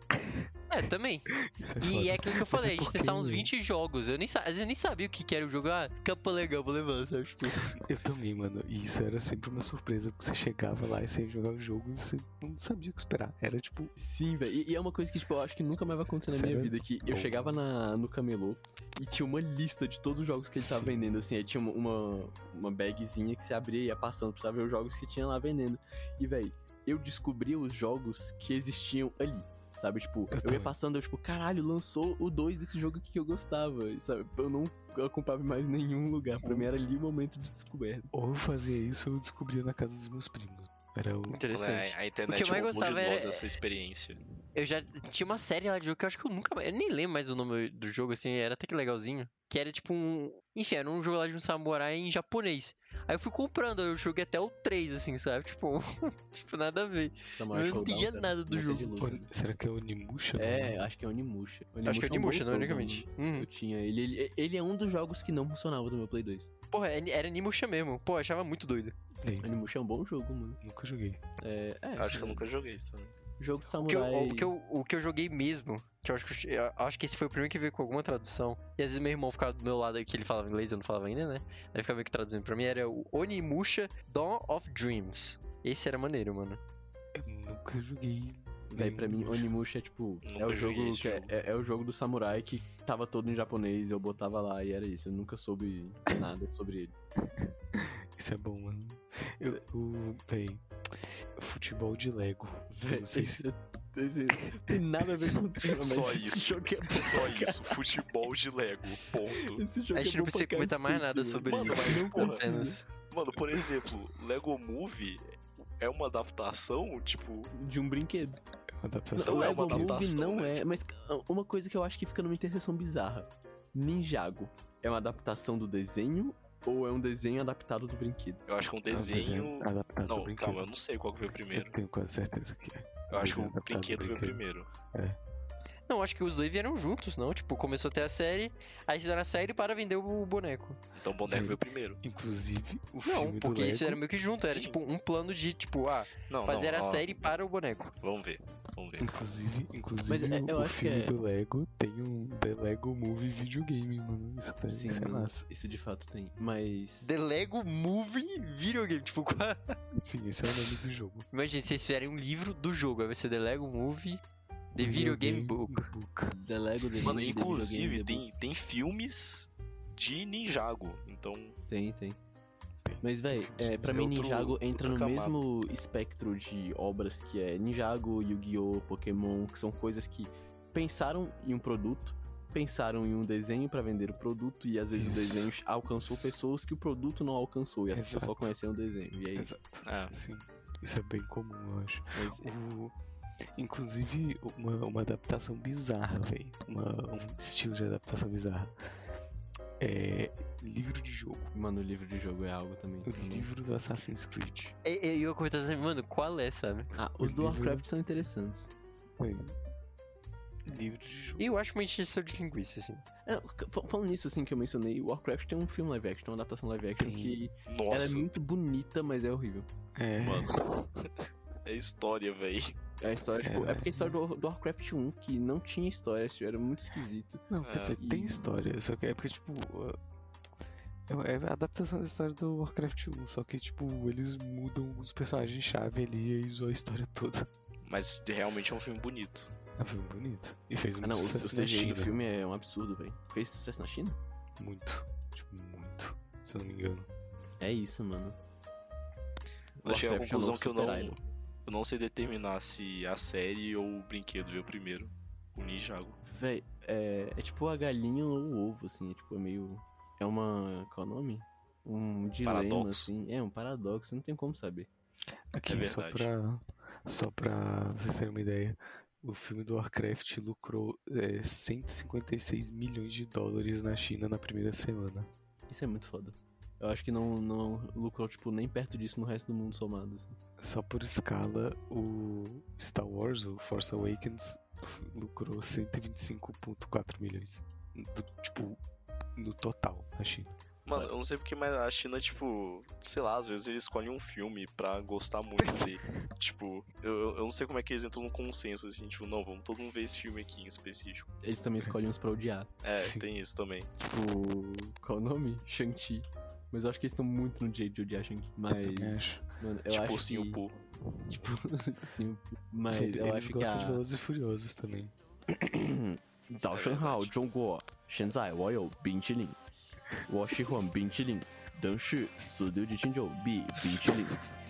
S3: É, também.
S4: Isso é
S3: E
S4: foda.
S3: é aquilo que eu
S4: Mas é
S3: falei, a gente
S4: porque-
S3: testava uns 20 jogos. Eu nem, sa- às vezes eu nem sabia o que, que era o jogo. Ah, capa legal, vou levar, sabe? Tipo,
S4: Eu também, mano. E isso era sempre uma surpresa, porque você chegava lá e você ia jogar o jogo e você não sabia o que esperar. Era tipo,
S1: Sim, velho. E, e é uma coisa que, tipo, eu acho que nunca mais vai acontecer na
S4: Sério?
S1: minha vida. Que eu
S4: Bom.
S1: chegava na, no camelô e tinha uma lista de todos os jogos que ele tava
S4: Sim.
S1: vendendo, assim. Aí tinha uma, uma, uma bagzinha que você abria e ia passando pra ver os jogos que tinha lá vendendo. E, velho, eu descobria os jogos que existiam ali. Sabe, tipo, eu,
S4: também.
S1: ia passando, eu, tipo, caralho, lançou o 2 desse jogo aqui que eu gostava. e, Sabe, eu não acompanhava em mais nenhum lugar. Pra mim era ali o momento de descoberta.
S4: ou eu fazia isso ou eu descobria na casa dos meus primos. Era o.
S3: interessante.
S2: Né, A internet
S3: O que eu mais
S2: roubou de
S3: gostava
S2: nós
S3: era-
S2: essa experiência.
S3: Eu já tinha uma série lá de jogo que eu acho que eu nunca mais. Eu nem lembro mais o nome do jogo, assim, era até que legalzinho. Que era tipo um. Enfim, era um jogo lá de um samurai em japonês. Aí eu fui comprando, eu joguei até o 3, assim, sabe? Tipo, tipo nada a ver.
S1: Samurai
S3: eu não
S1: Showdown,
S3: entendia
S1: cara,
S3: nada do
S1: mas é de
S3: jogo.
S1: luta, né?
S4: Será que é o Nimusha?
S1: É, acho que é Onimusha.
S3: Acho que é
S1: um bom né?
S3: Nimusha, não,
S1: jogo,
S3: unicamente.
S1: mano. Eu tinha ele, ele. ele é um dos jogos que não funcionava do meu Play 2.
S3: Porra, é- era Nimusha mesmo. Pô, eu achava muito doido.
S4: Play.
S1: Onimusha é um bom jogo, mano.
S4: Nunca joguei.
S1: É, é,
S2: Eu acho que eu nunca joguei isso né? também.
S1: Jogo de
S3: O que, eu,
S1: samurai.
S3: o, que eu, o que eu joguei mesmo, que eu acho que, eu, eu acho que esse foi o primeiro que veio com alguma tradução. E às vezes meu irmão ficava do meu lado, que ele falava inglês, eu não falava ainda, né? Aí ele ficava meio que traduzindo pra mim, era o Onimusha Dawn of Dreams. Esse era maneiro, mano.
S4: Eu nunca joguei.
S1: Daí pra mim,
S4: Onimusha.
S1: Onimusha é tipo.
S2: Nunca
S1: É o
S2: joguei
S1: jogo
S2: esse
S1: que é,
S2: jogo.
S1: é- é o jogo do samurai que tava todo em japonês, eu botava lá e era isso. Eu nunca soube nada sobre ele.
S4: Isso é bom, mano. Eu. eu véi. Futebol de Lego. Eu
S1: Velho,
S4: não sei
S1: isso, isso tem nada a ver com o tema, mas
S2: Só
S1: esse
S2: isso.
S1: jogo é bom.
S2: Só isso, futebol de Lego, ponto.
S1: Esse jogo
S3: A gente
S1: é
S3: não
S1: bom
S3: precisa
S1: pra
S3: comentar mais
S1: cacete,
S3: nada
S1: velho.
S3: sobre
S2: Mano,
S3: isso.
S2: mas,
S1: não
S2: porra,
S1: precisa.
S3: apenas-
S2: Mano, por exemplo, Lego Movie é uma adaptação, tipo,
S1: De um brinquedo.
S4: Adaptação. Ah,
S2: Não
S1: o
S2: é
S1: Lego
S2: uma
S1: Movie
S2: adaptação,
S1: não
S2: né?
S1: é, mas ah, uma coisa que eu acho que fica numa interseção bizarra. Ninjago. é uma adaptação do desenho ou é um desenho adaptado do brinquedo?
S2: Eu acho que um
S1: é.
S2: desenho.
S1: Ah, tá
S4: adaptado ao
S2: Não,
S4: é brinquedo.
S2: calma, eu não sei qual que veio primeiro.
S4: Eu tenho quase certeza que é.
S2: Eu acho que
S4: Desenho
S1: tá
S2: o
S4: adaptado ao
S2: brinquedo veio
S4: brinquedo.
S2: primeiro.
S3: Não, acho que os dois vieram juntos, não? Tipo, começou até a série, aí fizeram a série para vender o boneco.
S2: Então o boneco
S4: Sim.
S2: veio primeiro.
S4: Inclusive, o
S3: Não,
S4: filme do
S3: porque
S4: Lego...
S3: isso era meio que junto, era
S2: Sim.
S3: tipo um plano de, tipo, ah,
S2: Não,
S3: fazer
S2: não,
S3: a
S2: ó,
S3: série para o boneco.
S2: Vamos ver. Vamos ver.
S4: Inclusive, inclusive
S1: Mas é- eu
S4: o
S1: acho que
S4: filme
S1: é-
S4: do Lego tem um The Lego Movie videogame, mano. Isso, tá,
S1: Sim,
S4: isso é massa.
S1: isso de fato tem. Mas.
S3: The Lego Movie Video Game. Tipo, qua-
S4: Sim, esse é o nome do jogo.
S3: imagina se eles fizerem um livro do jogo, aí vai ser The Lego Movie The Video Game Book.
S1: The Lego The
S2: Mano,
S1: Movie, The
S2: inclusive
S1: Video Game,
S2: tem, tem filmes de Ninjago. Então,
S1: The Book. Tem, tem. Mas, véi, é, pra
S2: É
S1: mim,
S2: outro-
S1: Ninjago entra no
S2: outra camada.
S1: mesmo espectro de obras que é Ninjago, Yu-Gi-Oh!, Pokémon, que são coisas que pensaram em um produto, pensaram em um desenho pra vender o produto, e às vezes
S4: Isso.
S1: o desenho alcançou pessoas que o produto não alcançou, e as pessoas só
S4: Exato.
S1: conheceram o desenho. E é isso.
S4: Exato.
S2: ah,
S4: Sim, isso é bem comum, eu acho.
S1: Mas,
S4: O- Inclusive, uma, uma adaptação bizarra, velho. Um estilo de adaptação bizarra. É. Livro de jogo.
S1: mano, o livro de jogo é algo também.
S4: O
S1: que eu não-
S4: livro do Assassin's Creed.
S3: E e- e eu ia comentar assim, mano, qual é, sabe?
S1: Ah, os do
S4: livro-
S1: Lovecraft são interessantes.
S4: Foi. Livro de jogo.
S3: Eu acho uma injeção de linguiça, assim.
S1: É, fal- falando nisso, assim, que eu mencionei, o Warcraft tem um filme live action, uma adaptação live action,
S4: Tem.
S1: que ela é
S2: nossa,
S1: muito bonita, mas é horrível.
S4: É.
S2: mano. É história, véi.
S1: É a história,
S4: É,
S1: tipo, é
S4: né?
S1: porque a história do, do Warcraft 1, que não tinha história, isso era muito esquisito.
S4: Não, quer
S2: É.
S4: dizer, tem história, só que é porque, tipo. uh, É é a adaptação da história do Warcraft 1, só que, tipo, eles mudam os personagens-chave ali e aí zoa a história toda.
S2: Mas realmente é um filme bonito.
S4: É um filme bonito. E fez
S1: Ah,
S4: muito
S1: não, o, o
S4: sucesso na
S1: CGI do
S4: China.
S1: filme é um absurdo, velho. Fez sucesso na China?
S4: Muito. Tipo, muito. Se eu não me engano.
S1: É isso, mano.
S2: Eu cheguei
S1: Warcraft é um
S2: à conclusão
S1: novo
S2: que eu não,
S1: super-herói,
S2: eu não sei determinar se a série ou o brinquedo veio primeiro. O Ninjago.
S1: Véi, é, é tipo a galinha ou o ovo, assim, é tipo, é meio... É uma... qual é o nome? Um dilema,
S2: Paradoxo.
S1: assim. É, um paradoxo, não tem como saber.
S4: Aqui,
S2: É
S4: só
S2: verdade.
S4: pra. Só pra vocês terem uma ideia. O filme do Warcraft lucrou é, 156 milhões de dólares na China na primeira semana.
S1: Isso é muito foda. Eu acho que não, não lucrou, tipo, nem perto disso no resto do mundo somado, assim.
S4: Só por escala, o Star Wars, o Force Awakens, lucrou 125,4 milhões. Do- tipo, no total na China.
S2: Mano,
S1: Vai.
S2: eu não sei porque, mas a China, tipo, sei lá, às vezes eles escolhem um filme pra gostar muito dele. tipo, eu, eu- eu não sei como é que eles entram num consenso, assim, tipo, não, vamos todo mundo ver esse filme aqui em específico.
S1: Eles também escolhem uns pra odiar.
S2: É,
S4: Sim.
S2: tem isso também.
S1: Tipo, qual é o nome? Shang-Chi. Mas eu acho que eles estão muito no jeito de odiar Shang-Chi.
S4: também
S1: Mas.
S4: acho.
S1: Mano, eu
S2: tipo,
S1: acho
S2: sim, o
S1: que...
S2: Poo.
S1: Tipo, sim. Mas
S4: Eles
S1: eu acho que
S4: gostam de
S1: a...
S4: Velozes e Furiosos também.
S1: Zhao Shenhao, Zhongguo, Shenzai, Wayo, Binchilin. Washi Huan, Binchilin. Danshi, Sudiu de Qingzhou, Bi, Binchilin.